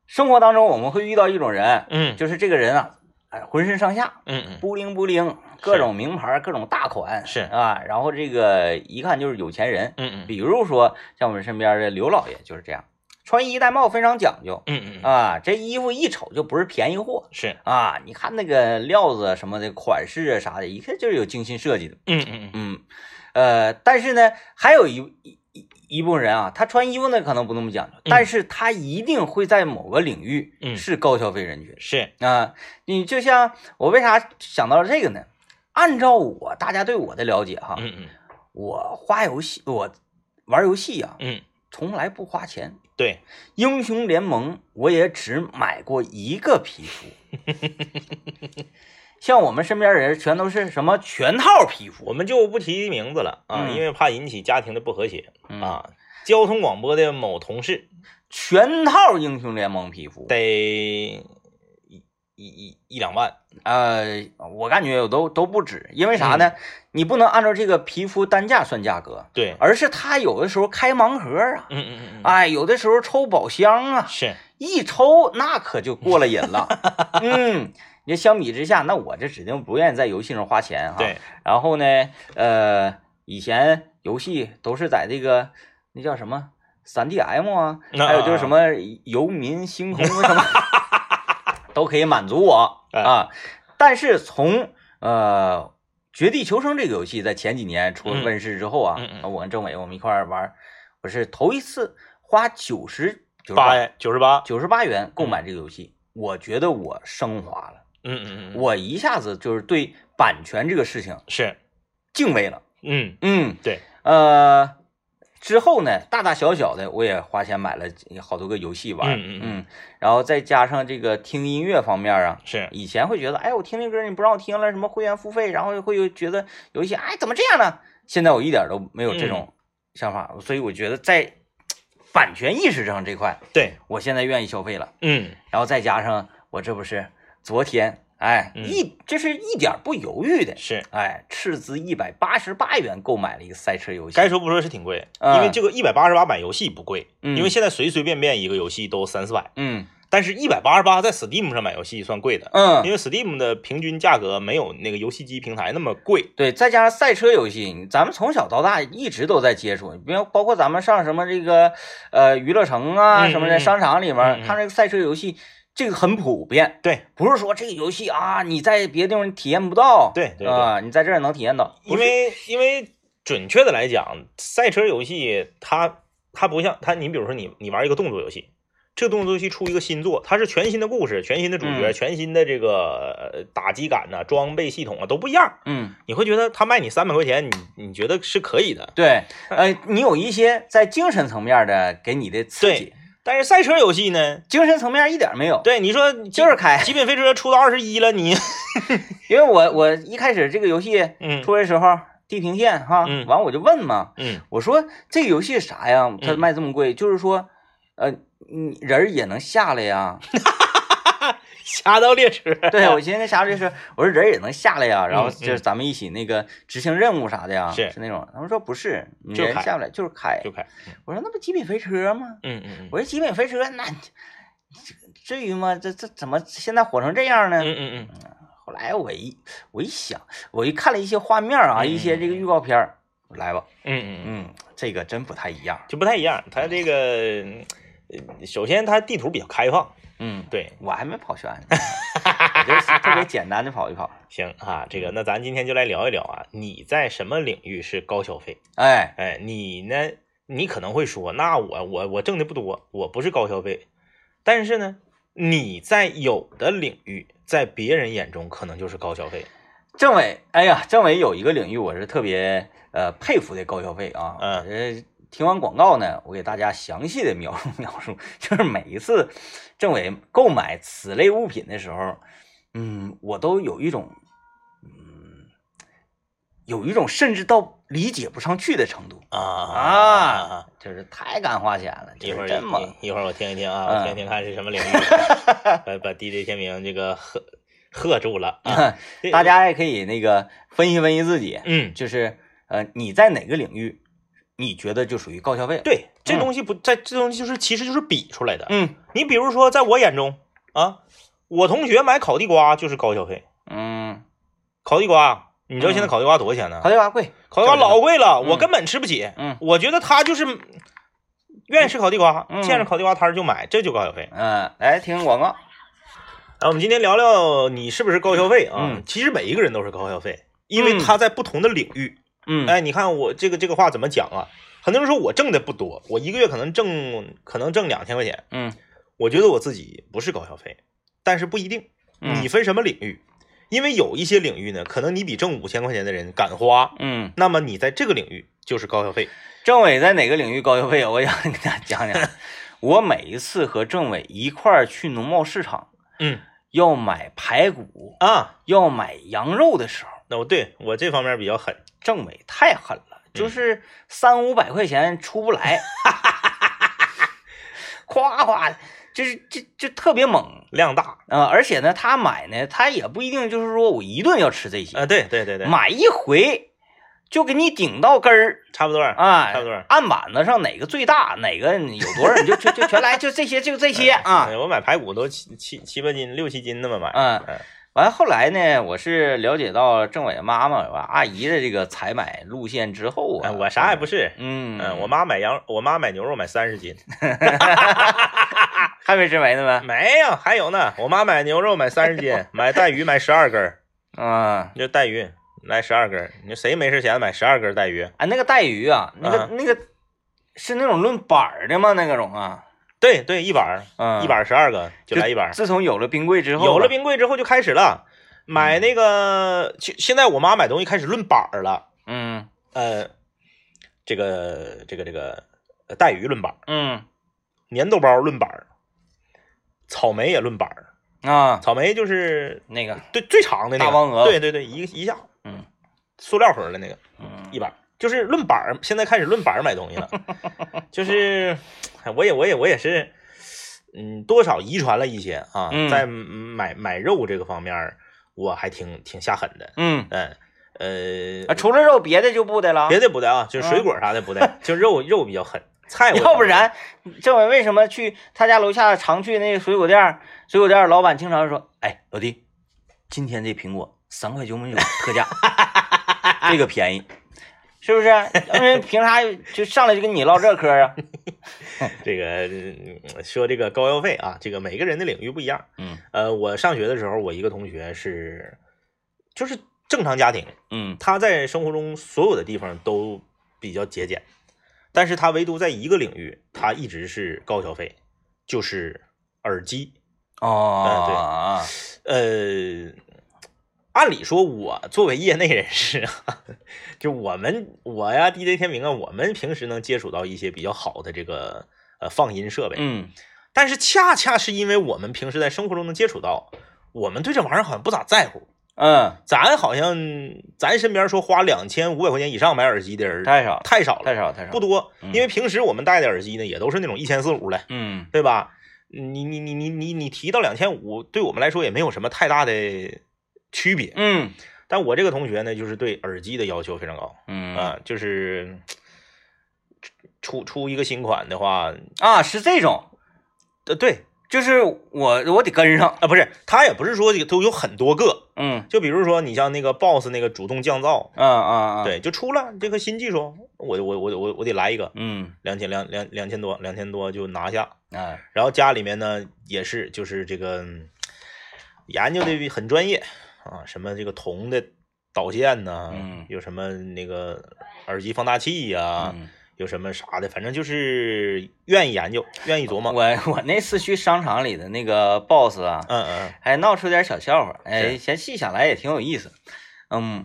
Speaker 1: 生活当中我们会遇到一种人，
Speaker 2: 嗯，
Speaker 1: 就是这个人啊，哎，浑身上下
Speaker 2: 嗯嗯
Speaker 1: 布灵布灵，各种名牌，各种大款，
Speaker 2: 是
Speaker 1: 啊，然后这个一看就是有钱人。
Speaker 2: 嗯嗯
Speaker 1: 比如说像我们身边的刘老爷就是这样，穿衣戴帽非常讲究
Speaker 2: 嗯嗯嗯，
Speaker 1: 啊，这衣服一瞅就不是便宜货
Speaker 2: 是，
Speaker 1: 啊，你看那个料子什么的，款式啊啥的，一看就是有精心设计的。
Speaker 2: 嗯嗯嗯
Speaker 1: 嗯，呃，但是呢，还有一一一一部分人啊，他穿衣服呢可能不那么讲究，但是他一定会在某个领域
Speaker 2: 嗯
Speaker 1: 是高消费人群
Speaker 2: 是，
Speaker 1: 啊、你就像我为啥想到这个呢？按照我大家对我的了解哈，
Speaker 2: 嗯嗯
Speaker 1: 我花游戏，我玩游戏啊，
Speaker 2: 嗯，
Speaker 1: 从来不花钱。
Speaker 2: 对，
Speaker 1: 英雄联盟我也只买过一个皮肤，像我们身边人全都是什么全套皮肤
Speaker 2: 我们就不提名字了啊，
Speaker 1: 嗯
Speaker 2: 因为怕引起家庭的不和谐
Speaker 1: 嗯
Speaker 2: 啊。交通广播的某同事
Speaker 1: 全套英雄联盟皮肤，
Speaker 2: 得一一一一两万，
Speaker 1: 呃，我感觉我都都不止，因为啥呢？你不能按照这个皮肤单价算价格，
Speaker 2: 对，
Speaker 1: 而是它有的时候开盲盒啊，
Speaker 2: 嗯嗯嗯嗯，
Speaker 1: 哎，有的时候抽宝箱啊，
Speaker 2: 是，
Speaker 1: 一抽那可就过了瘾了。嗯，你相比之下，那我这指定不愿意在游戏上花钱哈。
Speaker 2: 对，
Speaker 1: 然后呢，呃，以前游戏都是在这个那叫什么3 DM 啊，
Speaker 2: 那
Speaker 1: 还有就是什么游民星空什么， 都可以满足我
Speaker 2: 哎
Speaker 1: 啊。但是从呃《绝地求生》这个游戏在前几年出
Speaker 2: 嗯
Speaker 1: 问世之后啊，
Speaker 2: 嗯嗯
Speaker 1: 我跟政委我们一块儿玩儿，我是头一次花九十九
Speaker 2: 八嗯九十八，
Speaker 1: 九十八元购买这个游戏，我觉得我升华了，
Speaker 2: 嗯嗯嗯，
Speaker 1: 我一下子就是对版权这个事情
Speaker 2: 是，
Speaker 1: 敬畏了。
Speaker 2: 嗯
Speaker 1: 嗯，
Speaker 2: 对，
Speaker 1: 呃，之后呢，大大小小的我也花钱买了好多个游戏玩，
Speaker 2: 嗯嗯嗯
Speaker 1: 然后再加上这个听音乐方面啊，
Speaker 2: 是，
Speaker 1: 以前会觉得，哎，我听这歌你不让我听了，什么会员付费，然后会有觉得有一些，哎，怎么这样呢？现在我一点都没有这
Speaker 2: 嗯
Speaker 1: 种想法，所以我觉得在版权意识上这块，
Speaker 2: 对，
Speaker 1: 我现在愿意消费了。
Speaker 2: 嗯
Speaker 1: 然后再加上我这不是昨天，哎，
Speaker 2: 嗯
Speaker 1: 一这是一点儿不犹豫的，
Speaker 2: 是。
Speaker 1: 哎，斥资一百八十八元购买了一个赛车游戏。
Speaker 2: 该说不说是挺贵，
Speaker 1: 嗯
Speaker 2: 因为这个一百八十八买游戏不贵，
Speaker 1: 嗯
Speaker 2: 因为现在随随便便一个游戏都三四百，
Speaker 1: 嗯
Speaker 2: 但是一百八十八在 Steam 上买游戏算贵的，因
Speaker 1: 嗯，
Speaker 2: 为 Steam 的平均价格没有那个游戏机平台那么贵。
Speaker 1: 对，再加上赛车游戏，你咱们从小到大一直都在接触，比如包括咱们上什么这个呃娱乐城啊
Speaker 2: 嗯
Speaker 1: 什么的
Speaker 2: 嗯
Speaker 1: 商场里面
Speaker 2: 嗯嗯
Speaker 1: 看这个赛车游戏，这个很普遍。
Speaker 2: 对，
Speaker 1: 不是说这个游戏啊，你在别的地方体验不到，
Speaker 2: 对对对
Speaker 1: 啊、你在这儿能体验到，
Speaker 2: 因为因为准确的来讲，赛车游戏它它不像它，你比如说你你玩一个动作游戏，这个动作游戏出一个新作，它是全新的故事、全新的主角、
Speaker 1: 嗯
Speaker 2: 全新的这个呃打击感呐、装备系统啊都不一样，
Speaker 1: 嗯。
Speaker 2: 你会觉得它卖你三百块钱，你你觉得是可以的。
Speaker 1: 对，呃，你有一些在精神层面的给你的刺激
Speaker 2: 对，但是赛车游戏呢？
Speaker 1: 精神层面一点没有。
Speaker 2: 对，你说
Speaker 1: 就是开
Speaker 2: 极品飞车出到二十一了，你
Speaker 1: 因为我我一开始这个游戏
Speaker 2: 嗯
Speaker 1: 出来的时候，地平线哈，
Speaker 2: 嗯
Speaker 1: 完我就问嘛，
Speaker 2: 嗯
Speaker 1: 我说这个游戏啥呀？它
Speaker 2: 嗯
Speaker 1: 卖这么贵，就是说，呃，你人儿也能下来呀？
Speaker 2: 侠盗猎车，啊
Speaker 1: 对，我寻思啥就是，我说人儿也能下来呀，然后就是咱们一起那个执行任务啥的呀，
Speaker 2: 嗯是
Speaker 1: 那种。他们说不是，你
Speaker 2: 就是
Speaker 1: 人
Speaker 2: 开
Speaker 1: 下不来就是开。
Speaker 2: 就开，
Speaker 1: 我说那不极品飞车吗？
Speaker 2: 嗯嗯嗯
Speaker 1: 我说极品飞车那至于吗？这这怎么现在火成这样呢？
Speaker 2: 嗯嗯嗯，
Speaker 1: 后来我一我一想，我一看了一些画面啊，
Speaker 2: 嗯
Speaker 1: 一些这个预告片儿，来吧，
Speaker 2: 嗯嗯嗯，
Speaker 1: 嗯，这个真不太一样，
Speaker 2: 就不太一样。它这个，呃首先它地图比较开放，
Speaker 1: 嗯，
Speaker 2: 对，
Speaker 1: 我还没跑全，我就是特别简单的跑一跑，
Speaker 2: 行啊，这个那咱今天就来聊一聊啊，你在什么领域是高消费？
Speaker 1: 哎，
Speaker 2: 哎，你呢？你可能会说，那我我我挣的不多，我不是高消费，但是呢，你在有的领域，在别人眼中可能就是高消费。
Speaker 1: 政委，哎呀，政委有一个领域我是特别呃佩服的高消费啊，
Speaker 2: 嗯
Speaker 1: 呃，听完广告呢，我给大家详细的描 述描述，就是每一次政委购买此类物品的时候，嗯，我都有一种嗯有一种甚至到理解不上去的程度
Speaker 2: 啊
Speaker 1: 啊，就是太敢花钱了，
Speaker 2: 一
Speaker 1: 就
Speaker 2: 会
Speaker 1: 是
Speaker 2: 儿
Speaker 1: 这么
Speaker 2: 一一会儿我听一听啊，
Speaker 1: 嗯
Speaker 2: 我听一听看是什么 领域，把把 DJ 天明这个喝喝住了啊。这
Speaker 1: 嗯大家也可以那个分析分析自己，
Speaker 2: 嗯，
Speaker 1: 就是呃你在哪个领域，你觉得就属于高消费了？
Speaker 2: 对，这
Speaker 1: 嗯
Speaker 2: 东西不在，这东西就是其实就是比出来的。
Speaker 1: 嗯
Speaker 2: 你比如说，在我眼中啊，我同学买烤地瓜就是高消费，
Speaker 1: 嗯，
Speaker 2: 烤地瓜，你知道现
Speaker 1: 嗯
Speaker 2: 在烤地瓜多少钱呢？
Speaker 1: 烤地瓜贵，
Speaker 2: 烤地瓜老贵了，
Speaker 1: 嗯
Speaker 2: 我根本吃不起。
Speaker 1: 嗯
Speaker 2: 我觉得他就是愿意吃烤地瓜，
Speaker 1: 嗯
Speaker 2: 见着烤地瓜摊儿就买，这就高消费。
Speaker 1: 嗯，来听广告，
Speaker 2: 啊，我们今天聊聊你是不是高消费啊？
Speaker 1: 嗯
Speaker 2: 其实每一个人都是高消费，因为
Speaker 1: 嗯
Speaker 2: 他在不同的领域。
Speaker 1: 嗯
Speaker 2: 哎，你看我这个这个话怎么讲啊？很多人说我挣的不多，我一个月可能挣可能挣两千块钱，
Speaker 1: 嗯
Speaker 2: 我觉得我自己不是高消费，但是不一定，
Speaker 1: 嗯
Speaker 2: 你分什么领域？因为有一些领域呢，可能你比挣五千块钱的人敢花，
Speaker 1: 嗯，
Speaker 2: 那么你在这个领域就是高消费。
Speaker 1: 政委在哪个领域高消费啊？我想跟大家讲 讲，我每一次和政委一块儿去农贸市场
Speaker 2: 嗯
Speaker 1: 要买排骨、
Speaker 2: 啊，
Speaker 1: 要买羊肉的时候，
Speaker 2: 那我对我这方面比较狠，
Speaker 1: 政委太狠了，
Speaker 2: 嗯
Speaker 1: 就是三五百块钱出不来， 夸夸，就是这这特别猛
Speaker 2: 量大
Speaker 1: 啊、呃而且呢，他买呢，他也不一定就是说我一顿要吃这些，
Speaker 2: 啊，对对对对，
Speaker 1: 买一回就给你顶到根儿
Speaker 2: 差不多啊，
Speaker 1: 啊，
Speaker 2: 差不多
Speaker 1: 案板子上哪个最大，哪个有多少你就就就全来，就这些就这些啊。
Speaker 2: 哎我买排骨都七七七八斤、六七斤那么买，
Speaker 1: 嗯完后来呢，我是了解到政委妈妈吧阿姨的这个采买路线之后啊，
Speaker 2: 哎我啥也不是，
Speaker 1: 嗯
Speaker 2: 嗯，我妈买羊，我妈买牛肉买三十斤，
Speaker 1: 还没吃没呢呗，
Speaker 2: 没有，还有呢，我妈买牛肉买三十 斤，买带鱼买十二根儿，
Speaker 1: 嗯。
Speaker 2: 就带鱼来十二根儿，你说谁没事闲买十二根儿带鱼？
Speaker 1: 哎，那个带鱼啊，那个、
Speaker 2: 啊
Speaker 1: 那个是那种论板儿的吗？那个种啊，
Speaker 2: 对对，一板儿
Speaker 1: 嗯，
Speaker 2: 一板十二个就来一板儿，
Speaker 1: 自从有了冰柜之后，嗯
Speaker 2: 有了，冰柜之后就开始了，买那个，现现在我妈买东西开始论板儿了，
Speaker 1: 嗯
Speaker 2: 呃，这个这个这个呃带鱼论板儿，
Speaker 1: 嗯
Speaker 2: 粘豆包论板儿，草莓也论板儿，
Speaker 1: 啊，
Speaker 2: 草莓就是
Speaker 1: 那个
Speaker 2: 对最长的那个
Speaker 1: 大王鹅
Speaker 2: 对对对，一个一下，
Speaker 1: 嗯，
Speaker 2: 塑料盒儿的那个。
Speaker 1: 嗯
Speaker 2: 一板儿，就是论板儿，现在开始论板儿买东 西了，就是哎我也我也我也是，嗯，多少遗传了一些啊，
Speaker 1: 嗯
Speaker 2: 在买买肉这个方面儿，我还挺挺下狠的，
Speaker 1: 嗯
Speaker 2: 嗯呃，
Speaker 1: 啊，除了肉，别的就不得了，
Speaker 2: 别的不带啊，就是水果啥的不带，就肉肉比较狠，菜我
Speaker 1: 啊要不然政委为什么去他家楼下常去那个水果店儿？水果店儿老板经常就说：“哎，老弟，今天这苹果三块九毛九特价， 这个便宜，是不是？要不然凭啥就上来就跟你唠这嗑儿啊？
Speaker 2: 这个嗯说这个高消费啊，这个每个人的领域不一样，
Speaker 1: 嗯
Speaker 2: 呃，我上学的时候，我一个同学是就是正常家庭。
Speaker 1: 嗯
Speaker 2: 他在生活中所有的地方都比较节俭，但是他唯独在一个领域，他一直是高消费，就是耳机。
Speaker 1: 哦，
Speaker 2: 呃，按理说，我作为业内人士啊，就我们我呀，DJ 天明啊，我们平时能接触到一些比较好的这个呃放音设备，
Speaker 1: 嗯
Speaker 2: 但是恰恰是因为我们平时在生活中能接触到，我们对这玩意儿好像不咋在乎。
Speaker 1: 嗯，
Speaker 2: 咱好像，咱身边说花两千五百块钱以上买耳机的人
Speaker 1: 太少
Speaker 2: 太少了
Speaker 1: 太，少太少，
Speaker 2: 不多，
Speaker 1: 嗯
Speaker 2: 因为平时我们戴的耳机呢，也都是那种一千四五的，
Speaker 1: 嗯
Speaker 2: 对吧？你你你你你你提到两千五，对我们来说也没有什么太大的区别。
Speaker 1: 嗯
Speaker 2: 但我这个同学呢，就是对耳机的要求非常高
Speaker 1: 嗯
Speaker 2: 啊，就是出出一个新款的话，
Speaker 1: 啊，是这种，
Speaker 2: 呃，对
Speaker 1: 就是我我得跟上，
Speaker 2: 啊，不是，他也不是说都有很多个，
Speaker 1: 嗯
Speaker 2: 就比如说你像那个 BOSS 那个主动降噪，
Speaker 1: 啊啊啊，，
Speaker 2: 对，就出了这个新技术，我我我我我得来一个
Speaker 1: 嗯
Speaker 2: 两千两两两千多两千多就拿下，
Speaker 1: 啊
Speaker 2: 然后家里面呢也是就是这个嗯研究的很专业啊，什么这个铜的导线呐，
Speaker 1: 嗯
Speaker 2: 有什么那个耳机放大器呀、
Speaker 1: 嗯
Speaker 2: 有什么啥的，反正就是愿意研究，愿意琢磨。
Speaker 1: 我我那次去商场里的那个 boss 啊，
Speaker 2: 嗯嗯
Speaker 1: 还闹出点小笑话，哎，
Speaker 2: 是
Speaker 1: 嫌细想来也挺有意思。嗯，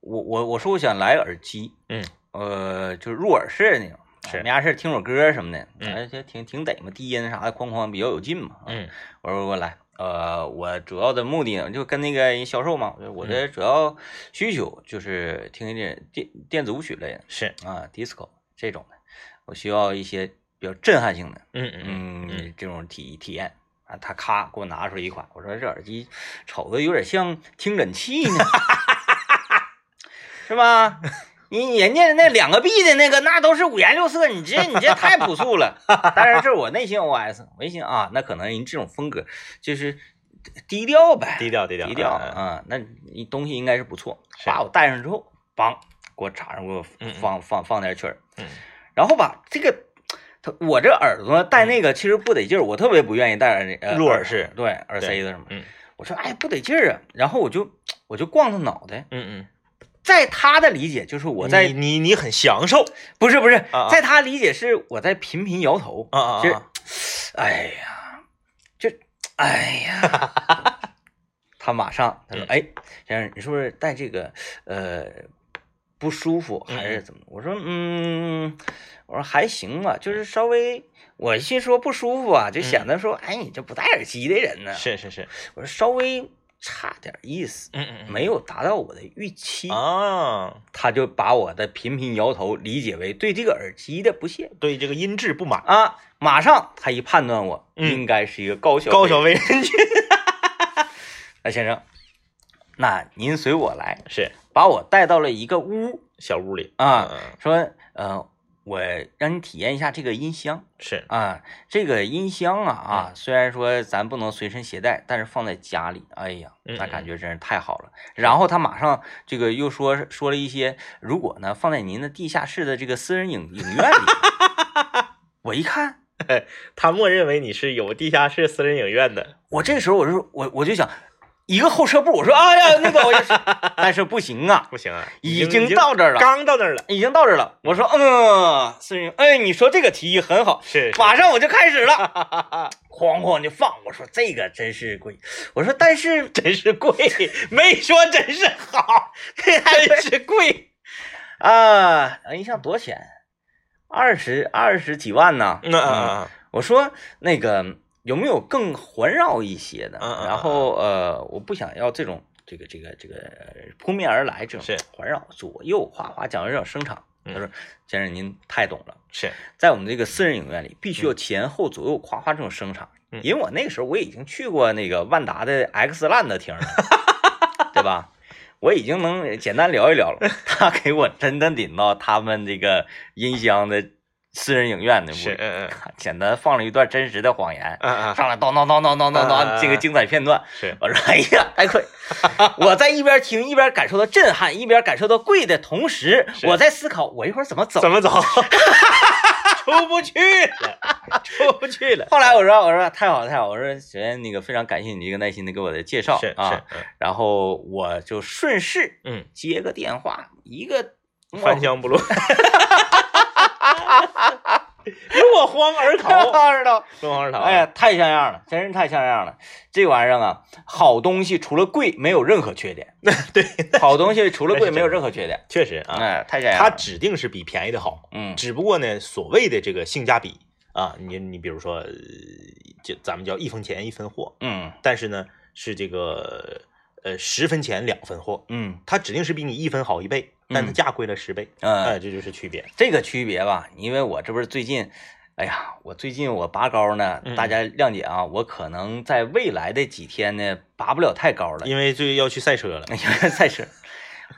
Speaker 1: 我我我说我想来个耳机，
Speaker 2: 嗯，
Speaker 1: 呃，就是入耳式那种，
Speaker 2: 是
Speaker 1: 没啥事儿听会儿歌什么的，
Speaker 2: 嗯
Speaker 1: 哎，就挺挺得嘛，低音啥的，哐哐比较有劲嘛。
Speaker 2: 嗯
Speaker 1: 我说我来，呃，我主要的目的呢，就跟那个人销售嘛，我我
Speaker 2: 嗯
Speaker 1: 的主要需求就是听一点电电子舞曲类
Speaker 2: 是，
Speaker 1: 的啊，disco 这种的，我需要一些比较震撼性的，
Speaker 2: 嗯嗯
Speaker 1: 嗯，这种体体验啊，他咔给我拿出一款，我说这耳机瞅着有点像听诊器呢， 是吧？你人家那两个币的那个，那都是五颜六色，你这你这太朴素了。但是这是我内心 OS，我一心啊，那可能人这种风格就是低调呗，
Speaker 2: 嗯，低调低调
Speaker 1: 低调
Speaker 2: 嗯嗯
Speaker 1: 啊、那你东西应该是不错。
Speaker 2: 是
Speaker 1: 把我带上之后，梆给我插上，给我
Speaker 2: 嗯嗯
Speaker 1: 放放放点曲儿，
Speaker 2: 嗯
Speaker 1: 然后吧，这个他我这耳朵戴那个其实不得劲儿，我特别不愿意戴耳呃
Speaker 2: 嗯入耳式
Speaker 1: 对耳塞子什么。
Speaker 2: 嗯
Speaker 1: 我说哎不得劲儿啊，然后我就我就逛他脑袋，
Speaker 2: 嗯嗯，
Speaker 1: 在他的理解就是我在
Speaker 2: 你你你很享受
Speaker 1: 不是不是
Speaker 2: 啊啊，
Speaker 1: 在他理解是我在频频摇头，
Speaker 2: 啊啊
Speaker 1: 是
Speaker 2: 啊，
Speaker 1: 哎呀，这哎呀。 他马上他说
Speaker 2: 嗯：“
Speaker 1: 哎，先生，你是不是戴这个呃不舒服还是怎么？”我说：“嗯，我说还行吧，就是稍微。”我心说不舒服啊，就显得说，哎，你这不戴耳机的人呢？
Speaker 2: 嗯是是是，
Speaker 1: 我说稍微差点意思，
Speaker 2: 嗯嗯嗯
Speaker 1: 没有达到我的预期，
Speaker 2: 啊，
Speaker 1: 他就把我的频频摇头理解为对这个耳机的不屑
Speaker 2: 对这个音质不满，
Speaker 1: 啊。马上他一判断我
Speaker 2: 嗯
Speaker 1: 应该是一个高消
Speaker 2: 高
Speaker 1: 费
Speaker 2: 小为人君
Speaker 1: 那先生，那您随我来，
Speaker 2: 是
Speaker 1: 把我带到了一个屋
Speaker 2: 小屋里
Speaker 1: 啊，
Speaker 2: 嗯
Speaker 1: 说呃，我让你体验一下这个音箱
Speaker 2: 是
Speaker 1: 啊，这个音箱啊
Speaker 2: 嗯
Speaker 1: 啊，虽然说咱不能随身携带，但是放在家里，哎呀，
Speaker 2: 嗯
Speaker 1: 那感觉真是太好了。然后他马上这个又说说了一些，如果呢放在您的地下室的这个私人影影院里， 我一看。
Speaker 2: 他默认为你是有地下室私人影院的，
Speaker 1: 我这时候我就我我就想，一个后撤步，我说哎呀那个我就是，但是不行 啊，
Speaker 2: 不行啊，
Speaker 1: 已
Speaker 2: 经
Speaker 1: 经到这儿了，
Speaker 2: 刚到那儿了，
Speaker 1: 已经到这儿了。我说嗯，思云，哎，你说这个提议很好，
Speaker 2: 是
Speaker 1: 马上我就开 始了，哐哐就放。我说这个真是贵，我说但 是
Speaker 2: 真是贵，没说真是好，
Speaker 1: 这还
Speaker 2: 真
Speaker 1: 是
Speaker 2: 是贵，
Speaker 1: 啊，一项多少钱？二十二十几万呢？
Speaker 2: 嗯
Speaker 1: 嗯
Speaker 2: 啊
Speaker 1: 我说那个有没有更环绕一些的？
Speaker 2: 嗯嗯嗯
Speaker 1: 然后呃，我不想要这种这个这个这个呃扑面而来这种
Speaker 2: 是
Speaker 1: 环绕左右哗哗讲究这种声场。
Speaker 2: 嗯
Speaker 1: 他说：“先生，您太懂了，
Speaker 2: 是
Speaker 1: 在我们这个私人影院里，必须要前后左右夸夸这种声场。
Speaker 2: 嗯
Speaker 1: 因为我那个时候我已经去过那个万达的 X 烂的 厅了，对吧？我已经能简单聊一聊 了。他给我真的领到他们这个音箱的私人影院的屋
Speaker 2: 是
Speaker 1: 里，
Speaker 2: 嗯嗯
Speaker 1: 简单放了一段真实的谎言，
Speaker 2: 嗯 啊
Speaker 1: 上来叨叨叨叨叨叨
Speaker 2: 啊啊啊
Speaker 1: 叨这个精彩片段。
Speaker 2: 是
Speaker 1: 我说：“哎呀，太 贵！”我在一边听一边感受到震撼，一边感受到贵的同时，
Speaker 2: 是
Speaker 1: 我在思考我一会儿怎么走。
Speaker 2: 怎么走？ 出不去了，出不去了，
Speaker 1: 后来我说我说太好了太好了，我说首先那个非常感谢你这个耐心的给我的介绍
Speaker 2: 是
Speaker 1: 啊，
Speaker 2: 是
Speaker 1: 然后我就顺势
Speaker 2: 嗯
Speaker 1: 接个电话，一个
Speaker 2: 嗯，翻箱 不落，落荒而 逃，
Speaker 1: 二道，
Speaker 2: 落荒而逃，
Speaker 1: 哎 呀，太像样了，真是太像样了。这玩意儿啊，好东西除了贵没有任何缺点，
Speaker 2: 对，
Speaker 1: 好东西除了
Speaker 2: 那是
Speaker 1: 贵
Speaker 2: 真的
Speaker 1: 没有任何缺点，
Speaker 2: 确实啊，
Speaker 1: 哎，太像样
Speaker 2: 它
Speaker 1: 了。
Speaker 2: 指定是比便宜的好，
Speaker 1: 嗯
Speaker 2: 只不过呢，所谓的这个性价比啊，你你比如说，呃就咱们叫一分钱一分货，
Speaker 1: 嗯
Speaker 2: 但是呢是这个呃十分钱两分货，
Speaker 1: 嗯
Speaker 2: 它指定是比你一分好一倍，但它
Speaker 1: 嗯
Speaker 2: 价贵了十倍，哎、
Speaker 1: 呃，
Speaker 2: 这就是区别。
Speaker 1: 这个区别吧，因为我这不是最近。哎呀，我最近我拔高呢
Speaker 2: 嗯，
Speaker 1: 大家谅解啊，我可能在未来的几天呢拔不了太高了，
Speaker 2: 因为最要去赛车了
Speaker 1: 因为赛车，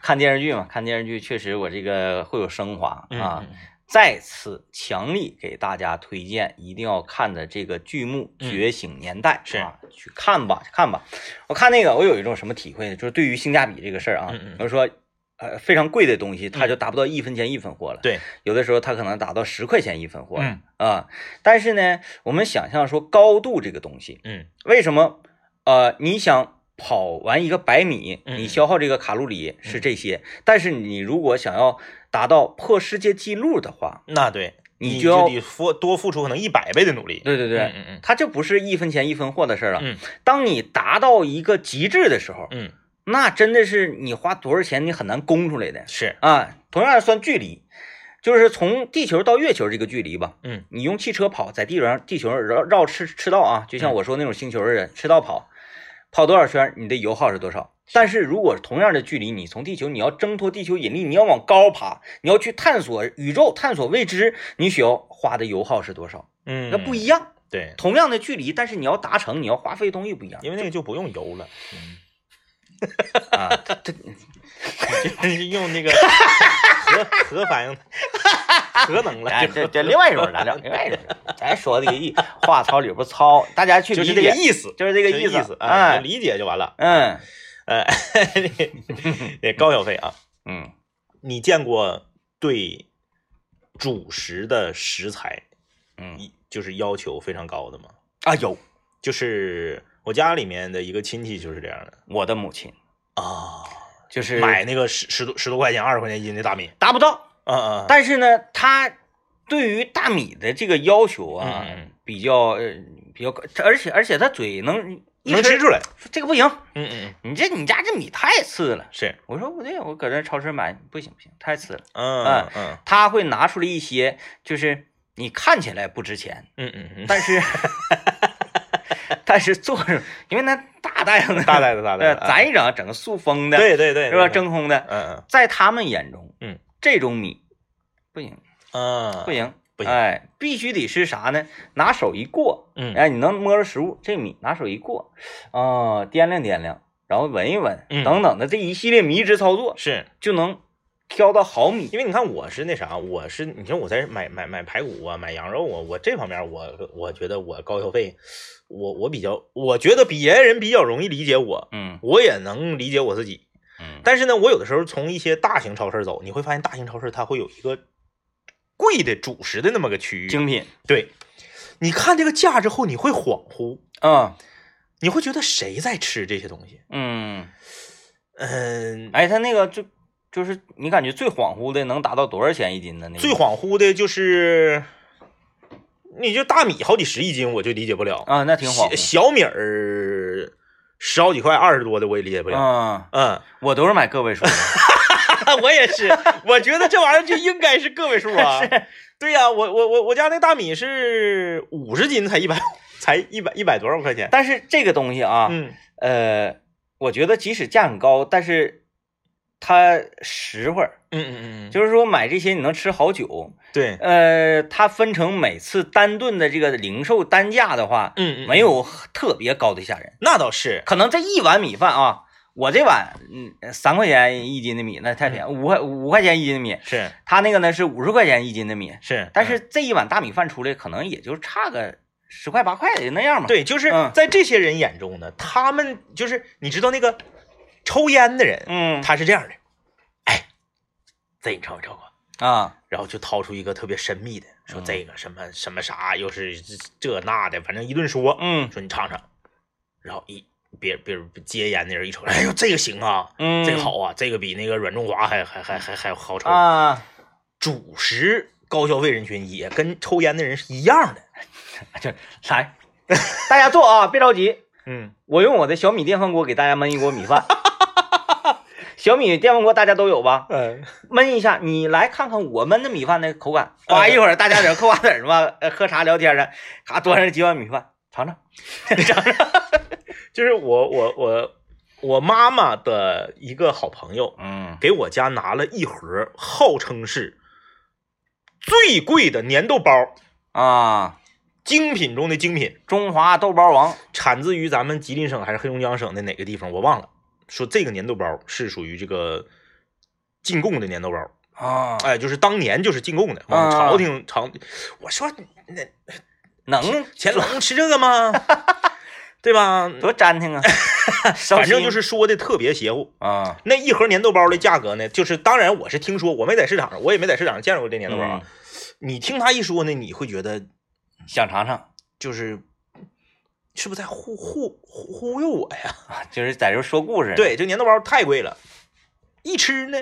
Speaker 1: 看电视剧嘛，看电视剧确实我这个会有升华啊。
Speaker 2: 嗯嗯
Speaker 1: 再次强力给大家推荐，一定要看的这个剧目《
Speaker 2: 嗯
Speaker 1: 觉醒年代》
Speaker 2: 是
Speaker 1: 啊，去看吧，看吧。我看那个，我有一种什么体会呢？就是对于性价比这个事儿啊
Speaker 2: 嗯嗯，
Speaker 1: 我说。呃，非常贵的东西，它就达不到一分钱一分货了。
Speaker 2: 对，
Speaker 1: 有的时候它可能达到十块钱一分货了
Speaker 2: 嗯
Speaker 1: 啊。但是呢，我们想象说高度这个东西，
Speaker 2: 嗯
Speaker 1: 为什么？呃，你想跑完一个百米，
Speaker 2: 嗯
Speaker 1: 你消耗这个卡路里是这些，但是你如果想要达到破世界纪录的话，
Speaker 2: 那对，
Speaker 1: 你就
Speaker 2: 就
Speaker 1: 要
Speaker 2: 得付多付出可能一百倍的努力。
Speaker 1: 对对对，
Speaker 2: 嗯嗯嗯
Speaker 1: 它就不是一分钱一分货的事儿了。啊
Speaker 2: 嗯
Speaker 1: 当你达到一个极致的时候，
Speaker 2: 嗯，
Speaker 1: 那真的是你花多少钱你很难供出来的
Speaker 2: 是
Speaker 1: 啊。同样算距离，就是从地球到月球这个距离吧，
Speaker 2: 嗯，
Speaker 1: 你用汽车跑，在地球上地球上绕绕赤赤道啊，就像我说那种星球的人、赤道跑，跑多少圈，你的油耗是多少？但是如果同样的距离，你从地球，你要挣脱地球引力，你要往高爬，你要去探索宇宙、探索未知，你需要花的油耗是多少？
Speaker 2: 嗯，
Speaker 1: 那不一样。
Speaker 2: 对，
Speaker 1: 同样的距离，但是你要达成，你要花费的东西不一样
Speaker 2: 因为那个就不用油了，嗯，
Speaker 1: 啊。它它
Speaker 2: 就是用那个 核核反应核能了，
Speaker 1: 哎，
Speaker 2: 就
Speaker 1: 这这另外一种咱聊，另外一种，咱说这个意话糙理不糙，大家去
Speaker 2: 就
Speaker 1: 理
Speaker 2: 是
Speaker 1: 解，
Speaker 2: 这个意思，
Speaker 1: 就是这个
Speaker 2: 就
Speaker 1: 意
Speaker 2: 意
Speaker 1: 思，
Speaker 2: 啊，
Speaker 1: 哎
Speaker 2: 就理解就完了。
Speaker 1: 嗯
Speaker 2: 呃，那高小飞啊，
Speaker 1: 嗯，
Speaker 2: 你见过对主食的食材
Speaker 1: 嗯
Speaker 2: 一就是要求非常高的吗？
Speaker 1: 啊，有
Speaker 2: 就是我家里面的一个亲戚就是这样的
Speaker 1: 我的母亲
Speaker 2: 啊，
Speaker 1: 就是
Speaker 2: 买那个十十多十多块钱、二十块钱一斤的大米，
Speaker 1: 达不到，
Speaker 2: 嗯嗯，
Speaker 1: 但是呢，她对于大米的这个要求啊
Speaker 2: 嗯嗯嗯，
Speaker 1: 比较呃比较高，而且而且她嘴能一
Speaker 2: 能吃出来，
Speaker 1: 这个不行，
Speaker 2: 嗯嗯嗯，
Speaker 1: 你这你家这米太次了。
Speaker 2: 是，
Speaker 1: 我说不对，我搁这超市买不行不行，太次了。
Speaker 2: 嗯嗯
Speaker 1: 他会拿出来一些，就是你看起来不值钱，
Speaker 2: 嗯嗯嗯，
Speaker 1: 但是 但是做上，因为那大袋子，
Speaker 2: 大袋子大袋
Speaker 1: 呃，
Speaker 2: 子，啊
Speaker 1: 咱一整整个塑封的，
Speaker 2: 对对对，
Speaker 1: 是吧？
Speaker 2: 对，
Speaker 1: 真空的，
Speaker 2: 嗯嗯
Speaker 1: 在他们眼中，
Speaker 2: 嗯，
Speaker 1: 这种米不行
Speaker 2: 嗯，
Speaker 1: 不，行
Speaker 2: 不行
Speaker 1: 哎，必须得是啥呢？拿手一过，
Speaker 2: 嗯
Speaker 1: 哎，你能摸着食物，这米拿手一过，啊，掂量掂量，然后闻一闻，
Speaker 2: 嗯
Speaker 1: 等等的这一系列迷之操作，
Speaker 2: 是
Speaker 1: 就能挑到好米。
Speaker 2: 因为你看我是那啥，我是你说我在这买买买排骨啊，买羊肉啊，我这方面我我觉得我高消费，我我比较，我觉得别人比较容易理解我，
Speaker 1: 嗯
Speaker 2: 我也能理解我自己。
Speaker 1: 嗯，
Speaker 2: 但是呢，我有的时候从一些大型超市走，你会发现大型超市它会有一个贵的主食的那么个区域，
Speaker 1: 精品，
Speaker 2: 对，你看这个价之后，你会恍惚，
Speaker 1: 嗯
Speaker 2: 你会觉得谁在吃这些东西？
Speaker 1: 嗯，
Speaker 2: 嗯，
Speaker 1: 哎，他那个就就是你感觉最恍惚的能达到多少钱一斤的那个？
Speaker 2: 最恍惚的就是，你就大米好几十一斤，我就理解不了。
Speaker 1: 啊，那挺
Speaker 2: 小
Speaker 1: 恍惚。
Speaker 2: 小米儿十好几块，二十多的我也理解不了。
Speaker 1: 嗯，
Speaker 2: 嗯，
Speaker 1: 我都是买个位数的。
Speaker 2: 我也是，我觉得这玩意儿就应该是个位数 啊。对呀、我我我我家那大米是五十斤才一百， 才一百一百多少块钱？
Speaker 1: 但是这个东西啊，
Speaker 2: 嗯
Speaker 1: 呃，我觉得即使价很高，但是它实惠儿，
Speaker 2: 嗯嗯嗯，
Speaker 1: 就是说买这些你能吃好久。
Speaker 2: 对，
Speaker 1: 呃，它分成每次单顿的这个零售单价的话，
Speaker 2: 嗯嗯，
Speaker 1: 没有特别高的吓人。
Speaker 2: 那倒是，
Speaker 1: 可能这一碗米饭啊，我这碗嗯三块钱一斤的米，那太便宜，五块五块钱一斤的米，
Speaker 2: 是
Speaker 1: 他那个呢是五十块钱一斤的米，
Speaker 2: 是，
Speaker 1: 但
Speaker 2: 嗯
Speaker 1: 是这一碗大米饭出来可能也就差个十块八块也那样嘛。，
Speaker 2: 对，就是
Speaker 1: 嗯
Speaker 2: 在这些人眼中呢，他们就是你知道那个抽烟的人，
Speaker 1: 嗯，
Speaker 2: 他是这样的，哎，这你瞅没瞅过？
Speaker 1: 啊，
Speaker 2: 然后就掏出一个特别神秘的，说
Speaker 1: 嗯
Speaker 2: 这个什么什么啥，又是这这那的，反正一顿说，
Speaker 1: 嗯
Speaker 2: 说你尝尝。然后一别别别接烟的人一瞅，哎呦这个行啊，
Speaker 1: 嗯，
Speaker 2: 这个好啊，这个比那个软中华还还还还还好抽。
Speaker 1: 啊，
Speaker 2: 主食高消费人群也跟抽烟的人是一样的，
Speaker 1: 这来， 大家坐啊，别着急，
Speaker 2: 嗯，
Speaker 1: 我用我的小米电饭锅给大家焖一锅米 饭。小米电饭锅大家都有吧？
Speaker 2: 呃，
Speaker 1: 焖一下，你来看看我焖的米饭的口感。
Speaker 2: 嗯
Speaker 1: 哇，一会儿大家在这嗑瓜子儿嘛，呃喝茶聊天的，咔端上几碗米饭尝尝。
Speaker 2: 就是我我我我妈妈的一个好朋友，
Speaker 1: 嗯
Speaker 2: 给我家拿了一盒，号称是最贵的粘豆包，
Speaker 1: 啊，
Speaker 2: 精品中的精品，
Speaker 1: 中华豆包王，
Speaker 2: 产自于咱们吉林省还是黑龙江省的哪个地方，我忘了。说这个粘豆包是属于这个进贡的粘豆包，
Speaker 1: 啊，
Speaker 2: 哎，就是当年就是进贡的，往
Speaker 1: 啊
Speaker 2: 朝廷朝。我说那
Speaker 1: 能
Speaker 2: 乾隆吃这个吗？ 对吧？
Speaker 1: 多粘 挺啊！烧
Speaker 2: 反正
Speaker 1: 心
Speaker 2: 就是说的特别邪乎。
Speaker 1: 啊，
Speaker 2: 那一盒粘豆包的价格呢，就是当然我是听说，我没在市场上，我也没在市场上见过这粘豆包啊。
Speaker 1: 嗯
Speaker 2: 你听他一说呢，你会觉得
Speaker 1: 想尝尝
Speaker 2: 就是是不是在忽忽忽忽悠我呀？
Speaker 1: 啊，就是在这说故事。，
Speaker 2: 对，这粘豆包太贵了，一吃呢，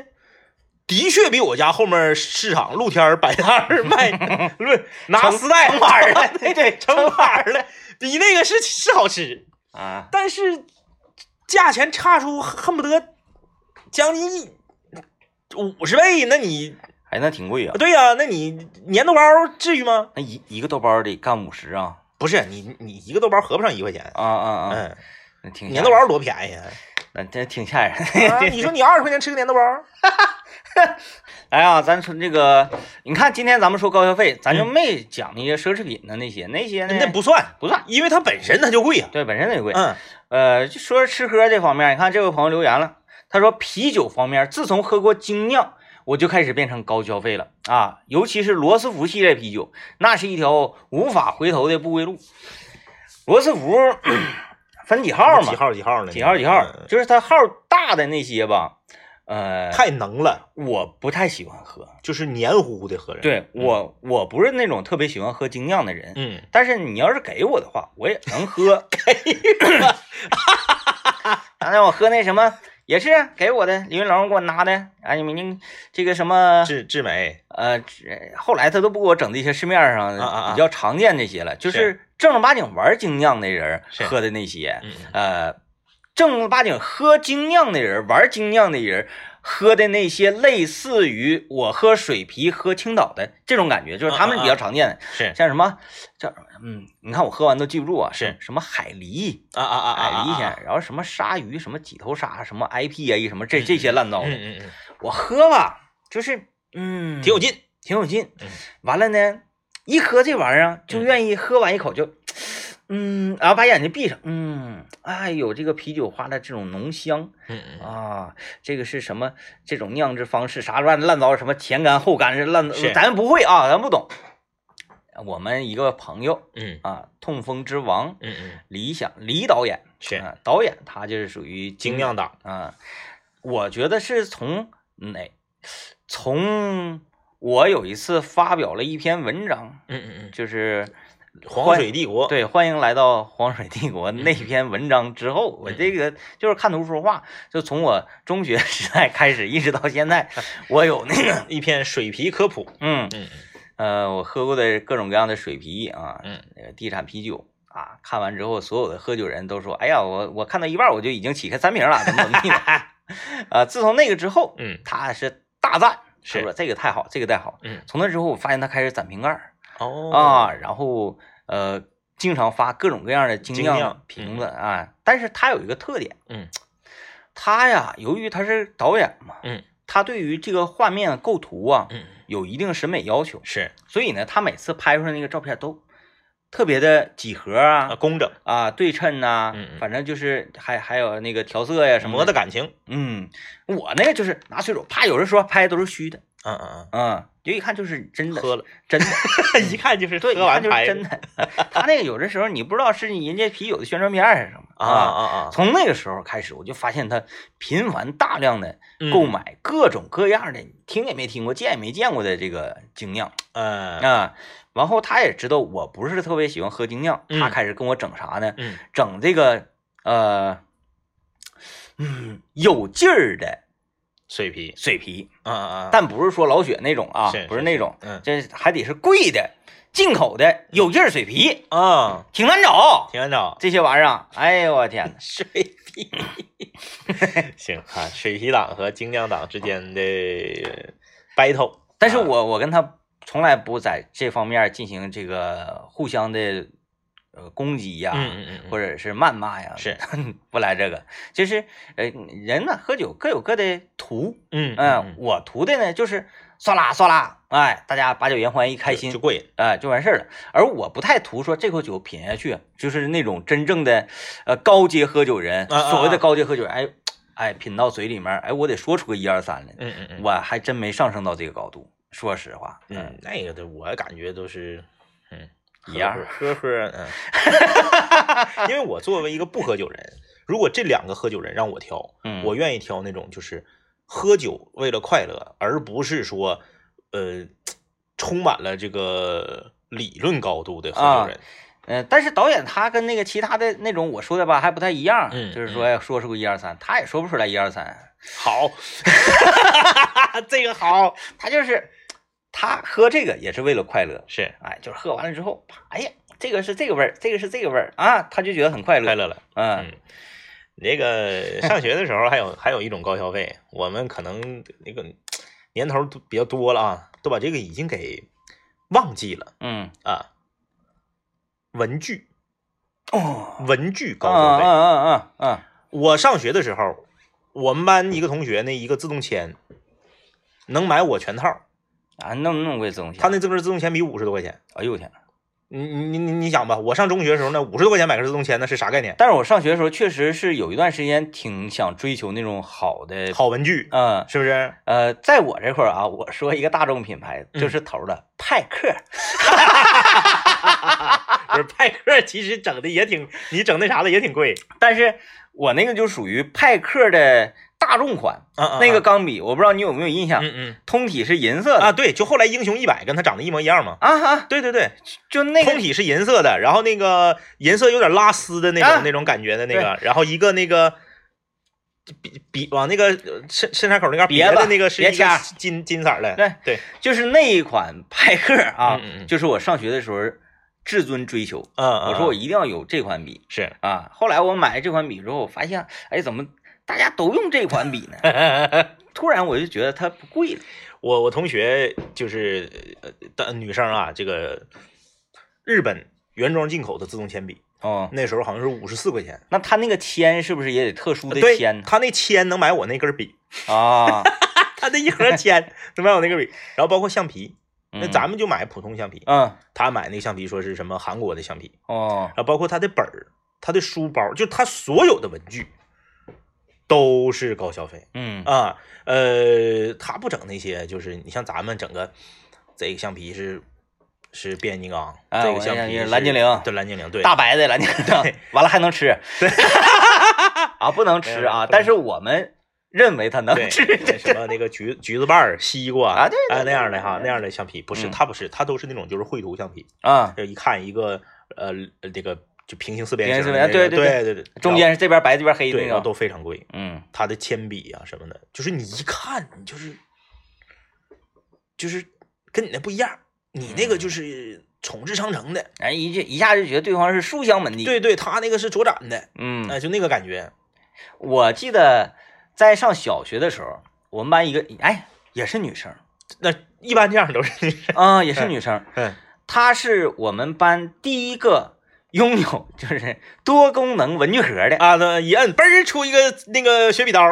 Speaker 2: 的确比我家后面市场露天儿摆摊 儿卖论拿
Speaker 1: 成
Speaker 2: 丝带
Speaker 1: 成板儿的
Speaker 2: 对对，成板儿的，比那个是是好吃，
Speaker 1: 啊，
Speaker 2: 但是价钱差出恨不得将近一五十倍，那你
Speaker 1: 哎，那挺贵啊，
Speaker 2: 对呀、那你粘豆包至于吗？
Speaker 1: 那一一个豆包得干五十啊，
Speaker 2: 不是你你一个豆包合不上一块钱，
Speaker 1: 啊啊啊，
Speaker 2: 嗯，
Speaker 1: 那挺吓
Speaker 2: 粘豆包多便宜啊！
Speaker 1: 那这挺吓人。
Speaker 2: 啊你说你二十块钱吃个粘豆包，
Speaker 1: 哎呀，咱从这个，你看今天咱们说高消费，咱就没讲那些奢侈品的那些，嗯那些呢
Speaker 2: 那不算，
Speaker 1: 不算，
Speaker 2: 因为它本身它就贵呀、啊
Speaker 1: 对，本身就贵。
Speaker 2: 嗯，
Speaker 1: 呃，就说吃喝这方面，你看这位朋友留言了，他说啤酒方面，自从喝过精酿，我就开始变成高消费了啊，尤其是罗斯福系列啤酒，那是一条无法回头的不归路。罗斯福分几号嘛？
Speaker 2: 几号几号呢？
Speaker 1: 几号几号
Speaker 2: 嗯
Speaker 1: 就是它号大的那些吧。呃，
Speaker 2: 太能了，
Speaker 1: 我不太喜欢喝，
Speaker 2: 就是黏糊糊的喝着。，
Speaker 1: 对我我不是那种特别喜欢喝精酿的人，
Speaker 2: 嗯，
Speaker 1: 但是你要是给我的话，我也能 喝。给我，刚才我喝那什么也是啊给我的，李云龙给我拿的。哎，你们这个什么
Speaker 2: 志志美，
Speaker 1: 呃，这后来他都不给我整这些市面上
Speaker 2: 啊啊啊
Speaker 1: 比较常见这些了，就是正儿八经玩精酿的人
Speaker 2: 是
Speaker 1: 喝的那些，
Speaker 2: 嗯，
Speaker 1: 呃，正儿八经喝精酿的人玩精酿的人。喝的那些类似于我喝水啤、喝青岛的这种感觉，就是他们比较常见的。
Speaker 2: 嗯是
Speaker 1: 像什么叫嗯，你看我喝完都记不住啊，
Speaker 2: 是
Speaker 1: 什么海狸、
Speaker 2: 啊啊啊
Speaker 1: 海
Speaker 2: 啊！
Speaker 1: 狸
Speaker 2: 啊
Speaker 1: 先，然后什么鲨鱼、什么几头鲨、什么 IPA、什么这这些烂糟
Speaker 2: 嗯
Speaker 1: 的，
Speaker 2: 嗯嗯，
Speaker 1: 我喝吧，就是嗯，
Speaker 2: 挺有劲，
Speaker 1: 挺有劲
Speaker 2: 嗯。
Speaker 1: 完了呢，一喝这玩意儿啊就愿意喝完一口就。嗯，然后把眼睛闭上，嗯，哎呦，这个啤酒花的这种浓香
Speaker 2: 嗯嗯
Speaker 1: 啊，这个是什么？这种酿制方式啥乱乱糟什么前干后干是烂糟
Speaker 2: 是，
Speaker 1: 咱不会啊，咱不懂。我们一个朋友，
Speaker 2: 嗯
Speaker 1: 啊，《痛风之王》
Speaker 2: 嗯嗯，
Speaker 1: 李想李导演
Speaker 2: 是
Speaker 1: 啊，导演他就是属于
Speaker 2: 精酿党，
Speaker 1: 啊，我觉得是从哪？从我有一次发表了一篇文章，
Speaker 2: 嗯嗯
Speaker 1: 就是
Speaker 2: 嗯，黄水嗯帝国，
Speaker 1: 对欢迎来到黄水帝国那篇文章之后，我这
Speaker 2: 嗯
Speaker 1: 个就是看图说话，就从我中学 时代开始一直到现 在，我有那个
Speaker 2: 一篇水皮科普，
Speaker 1: 嗯
Speaker 2: 嗯
Speaker 1: 呃，我喝过的各种各样的水啤啊，
Speaker 2: 嗯，
Speaker 1: 那个地产啤酒啊，看完之后，所有的喝酒人都说：“哎呀，我我看到一半我就已经起开三瓶了，怎么怎么 地的。” 呃，自从那个之后，
Speaker 2: 嗯
Speaker 1: 他是大赞，
Speaker 2: 是
Speaker 1: 不是这个太好，这个太好。
Speaker 2: 嗯，
Speaker 1: 从那之后，我发现他开始攒瓶盖儿
Speaker 2: 哦
Speaker 1: 啊，然后呃，经常发各种各样的精
Speaker 2: 精
Speaker 1: 酿
Speaker 2: 酿
Speaker 1: 瓶子啊。但是他有一个特点，
Speaker 2: 嗯，
Speaker 1: 他呀，由于他是导演嘛，
Speaker 2: 嗯，
Speaker 1: 他对于这个画面构图啊，
Speaker 2: 嗯
Speaker 1: 有一定审美要求。
Speaker 2: 是
Speaker 1: 所以呢，他每次拍出来那个照片都特别的几何
Speaker 2: 啊
Speaker 1: 啊
Speaker 2: 工整，
Speaker 1: 啊对称呐、
Speaker 2: 嗯嗯
Speaker 1: 反正就是还还有那个调色呀什么
Speaker 2: 磨的感情，
Speaker 1: 嗯，我那个就是拿水手，啪，有人说拍的都是虚的，
Speaker 2: 嗯嗯
Speaker 1: 嗯，就一看就是真
Speaker 2: 嗯，
Speaker 1: 的，
Speaker 2: 喝了，
Speaker 1: 真的，
Speaker 2: 一看就是
Speaker 1: 对，
Speaker 2: 喝完
Speaker 1: 一看
Speaker 2: 拍
Speaker 1: 就是真的。他那个有的时候你不知道是人家啤酒的宣传片还是什么
Speaker 2: 啊啊啊，
Speaker 1: 从那个时候开始，我就发现他频繁大量的
Speaker 2: 嗯
Speaker 1: 购买各种各样的、你听也没听过、见也没见过的这个精酿，
Speaker 2: 呃
Speaker 1: 啊，然后他也知道我不是特别喜欢喝精酿，他
Speaker 2: 嗯
Speaker 1: 开始跟我整啥呢？
Speaker 2: 嗯
Speaker 1: 整这个呃，嗯，有劲儿的
Speaker 2: 水皮，
Speaker 1: 水啤，
Speaker 2: 啊啊，
Speaker 1: 但不是说老雪那种啊，
Speaker 2: 是
Speaker 1: 不
Speaker 2: 是
Speaker 1: 那种，
Speaker 2: 嗯
Speaker 1: 这还得是贵的进口的有劲儿水啤，
Speaker 2: 啊，
Speaker 1: 挺难找
Speaker 2: 挺安找。，
Speaker 1: 这些玩意儿啊。哎呦我天呐
Speaker 2: 水皮，行啊，水皮党和精酿党之间的 battle，
Speaker 1: 但是
Speaker 2: 啊
Speaker 1: 我我跟他从来不在这方面进行这个互相的呃攻击呀、
Speaker 2: 嗯嗯嗯，
Speaker 1: 或
Speaker 2: 者
Speaker 1: 者是谩骂呀，
Speaker 2: 是
Speaker 1: 不来这个，就是呃人呢喝酒各有各的图，
Speaker 2: 嗯
Speaker 1: 嗯，我图的呢就是唰啦唰啦，哎，大家把酒言欢，一开
Speaker 2: 就
Speaker 1: 心，
Speaker 2: 过瘾，
Speaker 1: 哎就完事儿了。而我不太图说这口酒品下去，啊就是那种真正的呃高阶喝酒人，
Speaker 2: 啊啊啊
Speaker 1: 所谓的高阶喝酒人，哎哎品到嘴里面，哎我得说出个一二三来，
Speaker 2: 嗯嗯嗯，
Speaker 1: 我还真没上升到这个高度，说实话，
Speaker 2: 嗯，那个的我感觉都是，嗯，
Speaker 1: 一样
Speaker 2: 喝喝喝，嗯，因为我作为一个不喝酒人，如果这两个喝酒人让我挑，
Speaker 1: 嗯，
Speaker 2: 我愿意挑那种就是喝酒为了快乐，而不是说呃充满了这个理论高度的喝
Speaker 1: 啊
Speaker 2: 酒人。
Speaker 1: 嗯，但是导演他跟那个其他的那种我说的吧还不太一样，
Speaker 2: 嗯
Speaker 1: 就是说要说出个一二三，他也说不出来一二三，
Speaker 2: 好，这个好
Speaker 1: 他就是他喝这个也是为了快乐，
Speaker 2: 是
Speaker 1: 哎，就是喝完了之后，啪哎呀，这个是这个味儿，这个是这个味儿啊，他就觉得很快乐，
Speaker 2: 快乐了。
Speaker 1: 嗯，
Speaker 2: 嗯你那个上学的时候还有还有一种高消费，我们可能那个年头都比较多了啊，都把这个已经给忘记了
Speaker 1: 嗯，
Speaker 2: 啊。文具，
Speaker 1: 哦，
Speaker 2: 文具
Speaker 1: 嗯
Speaker 2: 高消费。
Speaker 1: 嗯嗯嗯
Speaker 2: 我上学的时候，我们班一个同学那一个自动铅，能买我全套。
Speaker 1: 嗯，啊，那么那么贵的东西，
Speaker 2: 他那自根自动铅笔五十多块钱，
Speaker 1: 哎呦我天呐！
Speaker 2: 你你你你想吧，我上中学的时候那五十多块钱买根自动铅那是啥概念？
Speaker 1: 但是我上学的时候确实是有一段时间挺想追求那种好的，
Speaker 2: 好文具
Speaker 1: 嗯
Speaker 2: 是不是？
Speaker 1: 呃，在我这块儿啊，我说一个大众品牌
Speaker 2: 嗯
Speaker 1: 就是头儿的派克，
Speaker 2: 不是派克其实整的也挺，你整那啥的也挺贵。
Speaker 1: 但是我那个就属于派克的大众款，
Speaker 2: 啊啊
Speaker 1: 那个钢笔我不知道你有没有印象，
Speaker 2: 嗯
Speaker 1: 通体是银色
Speaker 2: 嗯
Speaker 1: 的
Speaker 2: 啊，对，就后来英雄一百跟它长得一模一样嘛。
Speaker 1: 啊啊，
Speaker 2: 对对对，
Speaker 1: 就那
Speaker 2: 通
Speaker 1: 个
Speaker 2: 体是银色的，然后那个银色有点拉丝的那种、
Speaker 1: 啊
Speaker 2: 那种感觉的那个，然后一个那个笔笔往那个呃深深山口那嘎
Speaker 1: 别
Speaker 2: 别的
Speaker 1: 吧
Speaker 2: 那个是
Speaker 1: 别
Speaker 2: 一个
Speaker 1: 掐
Speaker 2: 金金色儿的。
Speaker 1: 对
Speaker 2: 对，
Speaker 1: 就是那一款派克啊，
Speaker 2: 嗯嗯嗯
Speaker 1: 就是我上学的时候至尊追求，
Speaker 2: 嗯嗯，
Speaker 1: 我说我
Speaker 2: 嗯
Speaker 1: 一定要有这款笔
Speaker 2: 是，
Speaker 1: 啊。后来我买了这款笔之后，我发现哎，怎么大家都用这款笔呢？ 突然我就觉得它不贵了，
Speaker 2: 我我同学就是呃的女生啊，这个日本原装进口的自动铅笔，
Speaker 1: 哦，
Speaker 2: 那时候好像是五十四块钱。
Speaker 1: 那它那个铅是不是也得特殊的
Speaker 2: 对
Speaker 1: 铅，呢？
Speaker 2: 他那铅能买我那根笔，
Speaker 1: 啊？
Speaker 2: 他那一盒铅能买我那根笔，然后包括橡皮，那
Speaker 1: 嗯
Speaker 2: 咱们就买普通橡皮，
Speaker 1: 嗯
Speaker 2: 他买那个橡皮说是什么韩国的橡皮，
Speaker 1: 哦
Speaker 2: 然后包括他的本儿、他的书包，就他所有的文具都是高消费
Speaker 1: 嗯
Speaker 2: 啊。呃，他不整那些，就是你像咱们整个这个橡皮是是变形金刚，
Speaker 1: 哎
Speaker 2: 这
Speaker 1: 我
Speaker 2: 个橡
Speaker 1: 想
Speaker 2: 皮
Speaker 1: 起
Speaker 2: 是
Speaker 1: 蓝精灵
Speaker 2: 对蓝精灵，对
Speaker 1: 大白的 蓝精灵，完了还能吃，对， 啊不能吃
Speaker 2: 没有
Speaker 1: 啊，
Speaker 2: 不能
Speaker 1: 但是我们认为它能
Speaker 2: 对
Speaker 1: 吃，
Speaker 2: 那什么那个橘橘子瓣儿、西瓜
Speaker 1: 啊对对
Speaker 2: 哎
Speaker 1: 对
Speaker 2: 那样的哈
Speaker 1: 对
Speaker 2: 那样的橡皮，不是
Speaker 1: 嗯
Speaker 2: 它不是它都是那种就是绘图橡皮，
Speaker 1: 啊，
Speaker 2: 就一看一个呃这个就平行四边
Speaker 1: 平行四
Speaker 2: 形的
Speaker 1: 边
Speaker 2: 那个，
Speaker 1: 对对
Speaker 2: 对对对，
Speaker 1: 中
Speaker 2: 然
Speaker 1: 间是这边白这边黑
Speaker 2: 后
Speaker 1: 的
Speaker 2: 对
Speaker 1: 那
Speaker 2: 然后
Speaker 1: 种，
Speaker 2: 都非常贵，
Speaker 1: 嗯
Speaker 2: 它的铅笔啊什么的，就是你一看你就是就是跟你那不一样，你那个就是宠智商城的，
Speaker 1: 哎一就一下就觉得对方是书香门第，
Speaker 2: 对对，他那个是卓展的，
Speaker 1: 嗯，
Speaker 2: 哎就那个感觉，
Speaker 1: 我记得在上小学的时候，我们班一个哎也是女生，
Speaker 2: 那一般这样都是，
Speaker 1: 啊，也是女 生，
Speaker 2: 嗯
Speaker 1: 她是我们班第一个拥有就是多功能文具盒的，
Speaker 2: 啊那一摁嘣儿出一个那个削笔刀。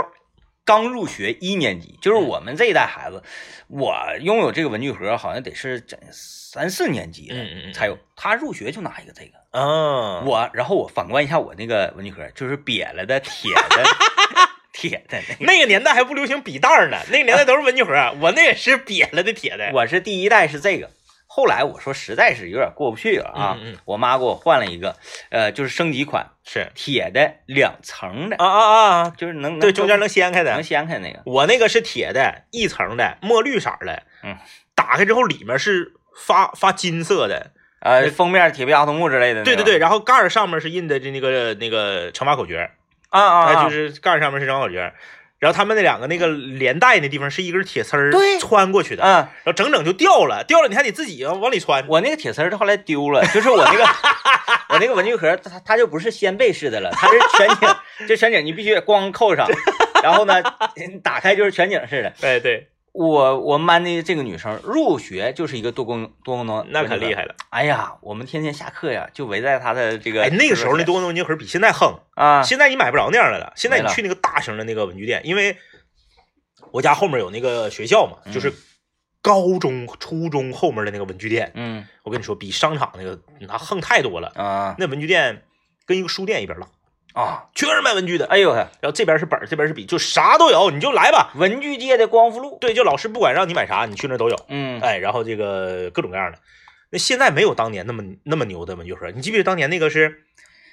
Speaker 1: 刚入学一年级，
Speaker 2: 嗯
Speaker 1: 就是我们这一代孩子，我拥有这个文具盒好像得是整三四年级
Speaker 2: 嗯
Speaker 1: 了
Speaker 2: 嗯嗯
Speaker 1: 才有，她入学就拿一个这个，
Speaker 2: 啊，
Speaker 1: 我然后我反观一下我那个文具盒，就是瘪了的铁 的铁的那个。
Speaker 2: 那个年代还不流行笔袋儿呢，那个年代都是文具盒，我那也是瘪了的铁的。
Speaker 1: 我是第一代是这个，后来我说实在是有点过不去了啊，
Speaker 2: 嗯嗯嗯
Speaker 1: 我妈给我换了一个，呃，就是升级款
Speaker 2: 是
Speaker 1: 铁的两层的，
Speaker 2: 啊啊啊，
Speaker 1: 就是能
Speaker 2: 对，
Speaker 1: 能
Speaker 2: 中间能掀开
Speaker 1: 能
Speaker 2: 的。
Speaker 1: 掀开那个，
Speaker 2: 我那个是铁的，一层的，墨绿色的。
Speaker 1: 嗯，
Speaker 2: 打开之后里面是发发金色的，
Speaker 1: 呃，封面铁臂阿童木之类的那
Speaker 2: 对
Speaker 1: 种。
Speaker 2: 对对，然后盖儿上面是印的这那个那个乘法口诀，
Speaker 1: 啊，啊
Speaker 2: 哎，
Speaker 1: 啊，
Speaker 2: 就是盖儿上面是乘法口诀。然后他们那两个那个连带那地方是一根铁丝儿
Speaker 1: 对
Speaker 2: 穿过去的，
Speaker 1: 啊，
Speaker 2: 然后整整就掉了，掉了你还得自己往里穿。
Speaker 1: 我那个铁丝儿后来丢了，就是我那个我那个文具盒，它它就不是掀背式的了，它是全景， 就全景你必须光扣上， 然后呢，打开就是全景式的。
Speaker 2: 哎对，
Speaker 1: 我我们班的这个女生入学就是一个多功多功能，
Speaker 2: 那可厉
Speaker 1: 害。
Speaker 2: 害了。
Speaker 1: 哎呀，我们天天下课呀，就围在他的这个
Speaker 2: 哎，那个时候那多功能文具盒比现在横，
Speaker 1: 啊，
Speaker 2: 现在你买不着那样的了。现在
Speaker 1: 没
Speaker 2: 你
Speaker 1: 了
Speaker 2: 去那个大型的那个文具店，因为我家后面有那个学校嘛，
Speaker 1: 嗯
Speaker 2: 就是高中、初中后面的那个文具店，
Speaker 1: 嗯
Speaker 2: 我跟你说，比商场那个那横太多了。
Speaker 1: 啊
Speaker 2: 那文具店跟一个书店一边大，
Speaker 1: 啊，
Speaker 2: 全是卖文具的。
Speaker 1: 哎呦呵，
Speaker 2: 然后这边是本儿，这边是笔，就啥都有，你就来吧。
Speaker 1: 文具界的光复路，
Speaker 2: 对，就老师不管让你买啥，你去那儿都有。
Speaker 1: 嗯
Speaker 2: 哎，然后这个各种各样的。那现在没有当年那么那么牛的文具盒，你记不记得当年那个是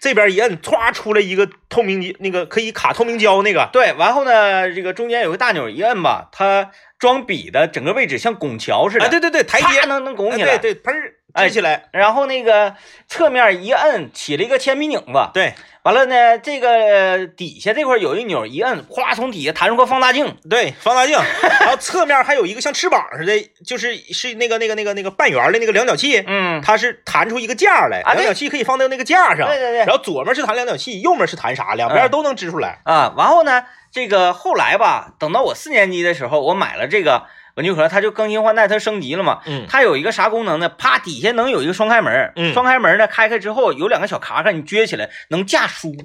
Speaker 2: 这边一摁，歘出来一个透明那个可以卡透明胶那个，
Speaker 1: 对，然后呢，这个中间有个大钮一摁吧，它装笔的整个位置像拱桥似的，
Speaker 2: 啊，对对对，台
Speaker 1: 啪，
Speaker 2: 阶，
Speaker 1: 能能
Speaker 2: 哎
Speaker 1: 拱起来，
Speaker 2: 对对，喷儿
Speaker 1: 哎
Speaker 2: 支起来，
Speaker 1: 然后那个侧面一摁，起了一个铅笔拧子，
Speaker 2: 对
Speaker 1: 完了呢，这个底下这块有一钮，一摁，哗，从底下弹出个放大镜，
Speaker 2: 对，放大镜， 然后侧面还有一个像翅膀似的，就是是那个那个那个那个半圆的那个量角器，
Speaker 1: 嗯，
Speaker 2: 它是弹出一个架来，
Speaker 1: 啊
Speaker 2: 量
Speaker 1: 对
Speaker 2: 角器可以放到那个架上，
Speaker 1: 对对对
Speaker 2: 然后左面是弹量角器，右面是弹啥，两边
Speaker 1: 嗯
Speaker 2: 都能支出来，
Speaker 1: 啊，然后呢，这个后来吧，等到我四年级的时候，我买了这个文具盒它就更新换代，它升级了嘛。
Speaker 2: 嗯
Speaker 1: 它有一个啥功能呢？啪，底下能有一个双开门，
Speaker 2: 嗯
Speaker 1: 双开门呢开开之后有两个小卡卡，你撅起来能架书。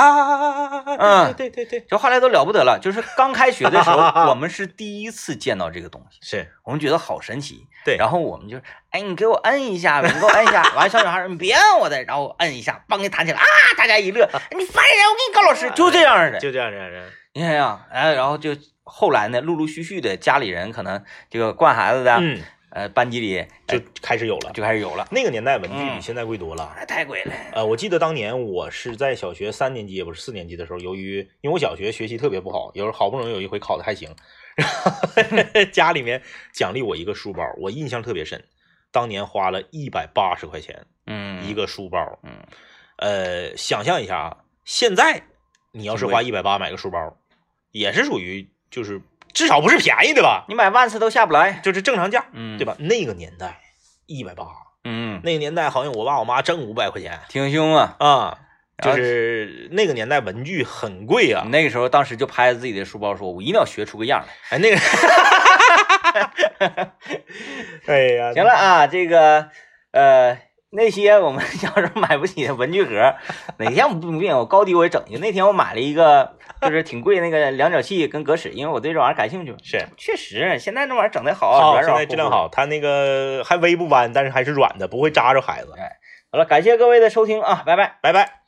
Speaker 2: 啊，对对对对，
Speaker 1: 就后来都了不得了，就是刚开学 的时
Speaker 2: 啊
Speaker 1: 候，我们是第一次见到这个东西，
Speaker 2: 是
Speaker 1: 我们觉得好神奇。
Speaker 2: 对
Speaker 1: 然后我们就，哎，你给我摁一下呗，你给我摁一 下。完，小女孩儿，你别摁我的，然后我摁一下，梆给弹起来啊！大家一乐，你烦人，我给你告 老师，就这样儿的。
Speaker 2: 就这样这样这样，
Speaker 1: 你想想，哎，然后就后来呢，陆陆续续的家里人可能这个惯孩子的，
Speaker 2: 嗯，
Speaker 1: 呃，班级里
Speaker 2: 就开始有了。
Speaker 1: 就开始有了，
Speaker 2: 那个年代文具比
Speaker 1: 嗯
Speaker 2: 现在贵多了。
Speaker 1: 哎太贵了，
Speaker 2: 呃，我记得当年我是在小学三年级，也不是四年级的时候，由于因为我小学学习特别不好，有时候好不容易有一回考的还行，然后 家里面奖励我一个书包，我印象特别深，当年花了一百八十块钱
Speaker 1: 嗯，
Speaker 2: 一个书包，
Speaker 1: 嗯，
Speaker 2: 呃，想象一下啊，现在你要是花一百八买个书包，也是属于就是至少不是便宜的吧，
Speaker 1: 你买万次都下不来，
Speaker 2: 就是正常价，
Speaker 1: 嗯，
Speaker 2: 对？吧？那个年代一百八，
Speaker 1: 嗯，
Speaker 2: 那个年代好像我爸我妈挣五百块钱。
Speaker 1: 挺凶啊。
Speaker 2: 啊，就
Speaker 1: 然后嗯
Speaker 2: 是那个年代文具很贵啊，
Speaker 1: 那个时候，当时就拍着自己的书包说：“我一定要学出个样来。
Speaker 2: 哎，那个， 哎呀，”
Speaker 1: 行了，啊，这个呃，那些我们 小时候买不起的文具盒，哪天我不不定我高低我也整一个。那天我买了一个，就是挺贵那个量角器跟格尺，因为我对这玩意儿感兴趣。
Speaker 2: 是
Speaker 1: 确实，现在那玩意儿整的好，
Speaker 2: 好，
Speaker 1: 软
Speaker 2: 哦现
Speaker 1: 软
Speaker 2: 在质量
Speaker 1: 乎乎的。
Speaker 2: 好，它那个还微不弯，但是还是软的，不会扎着孩子。
Speaker 1: 嗯好了，感谢各位的收听啊，拜拜。
Speaker 2: 拜拜。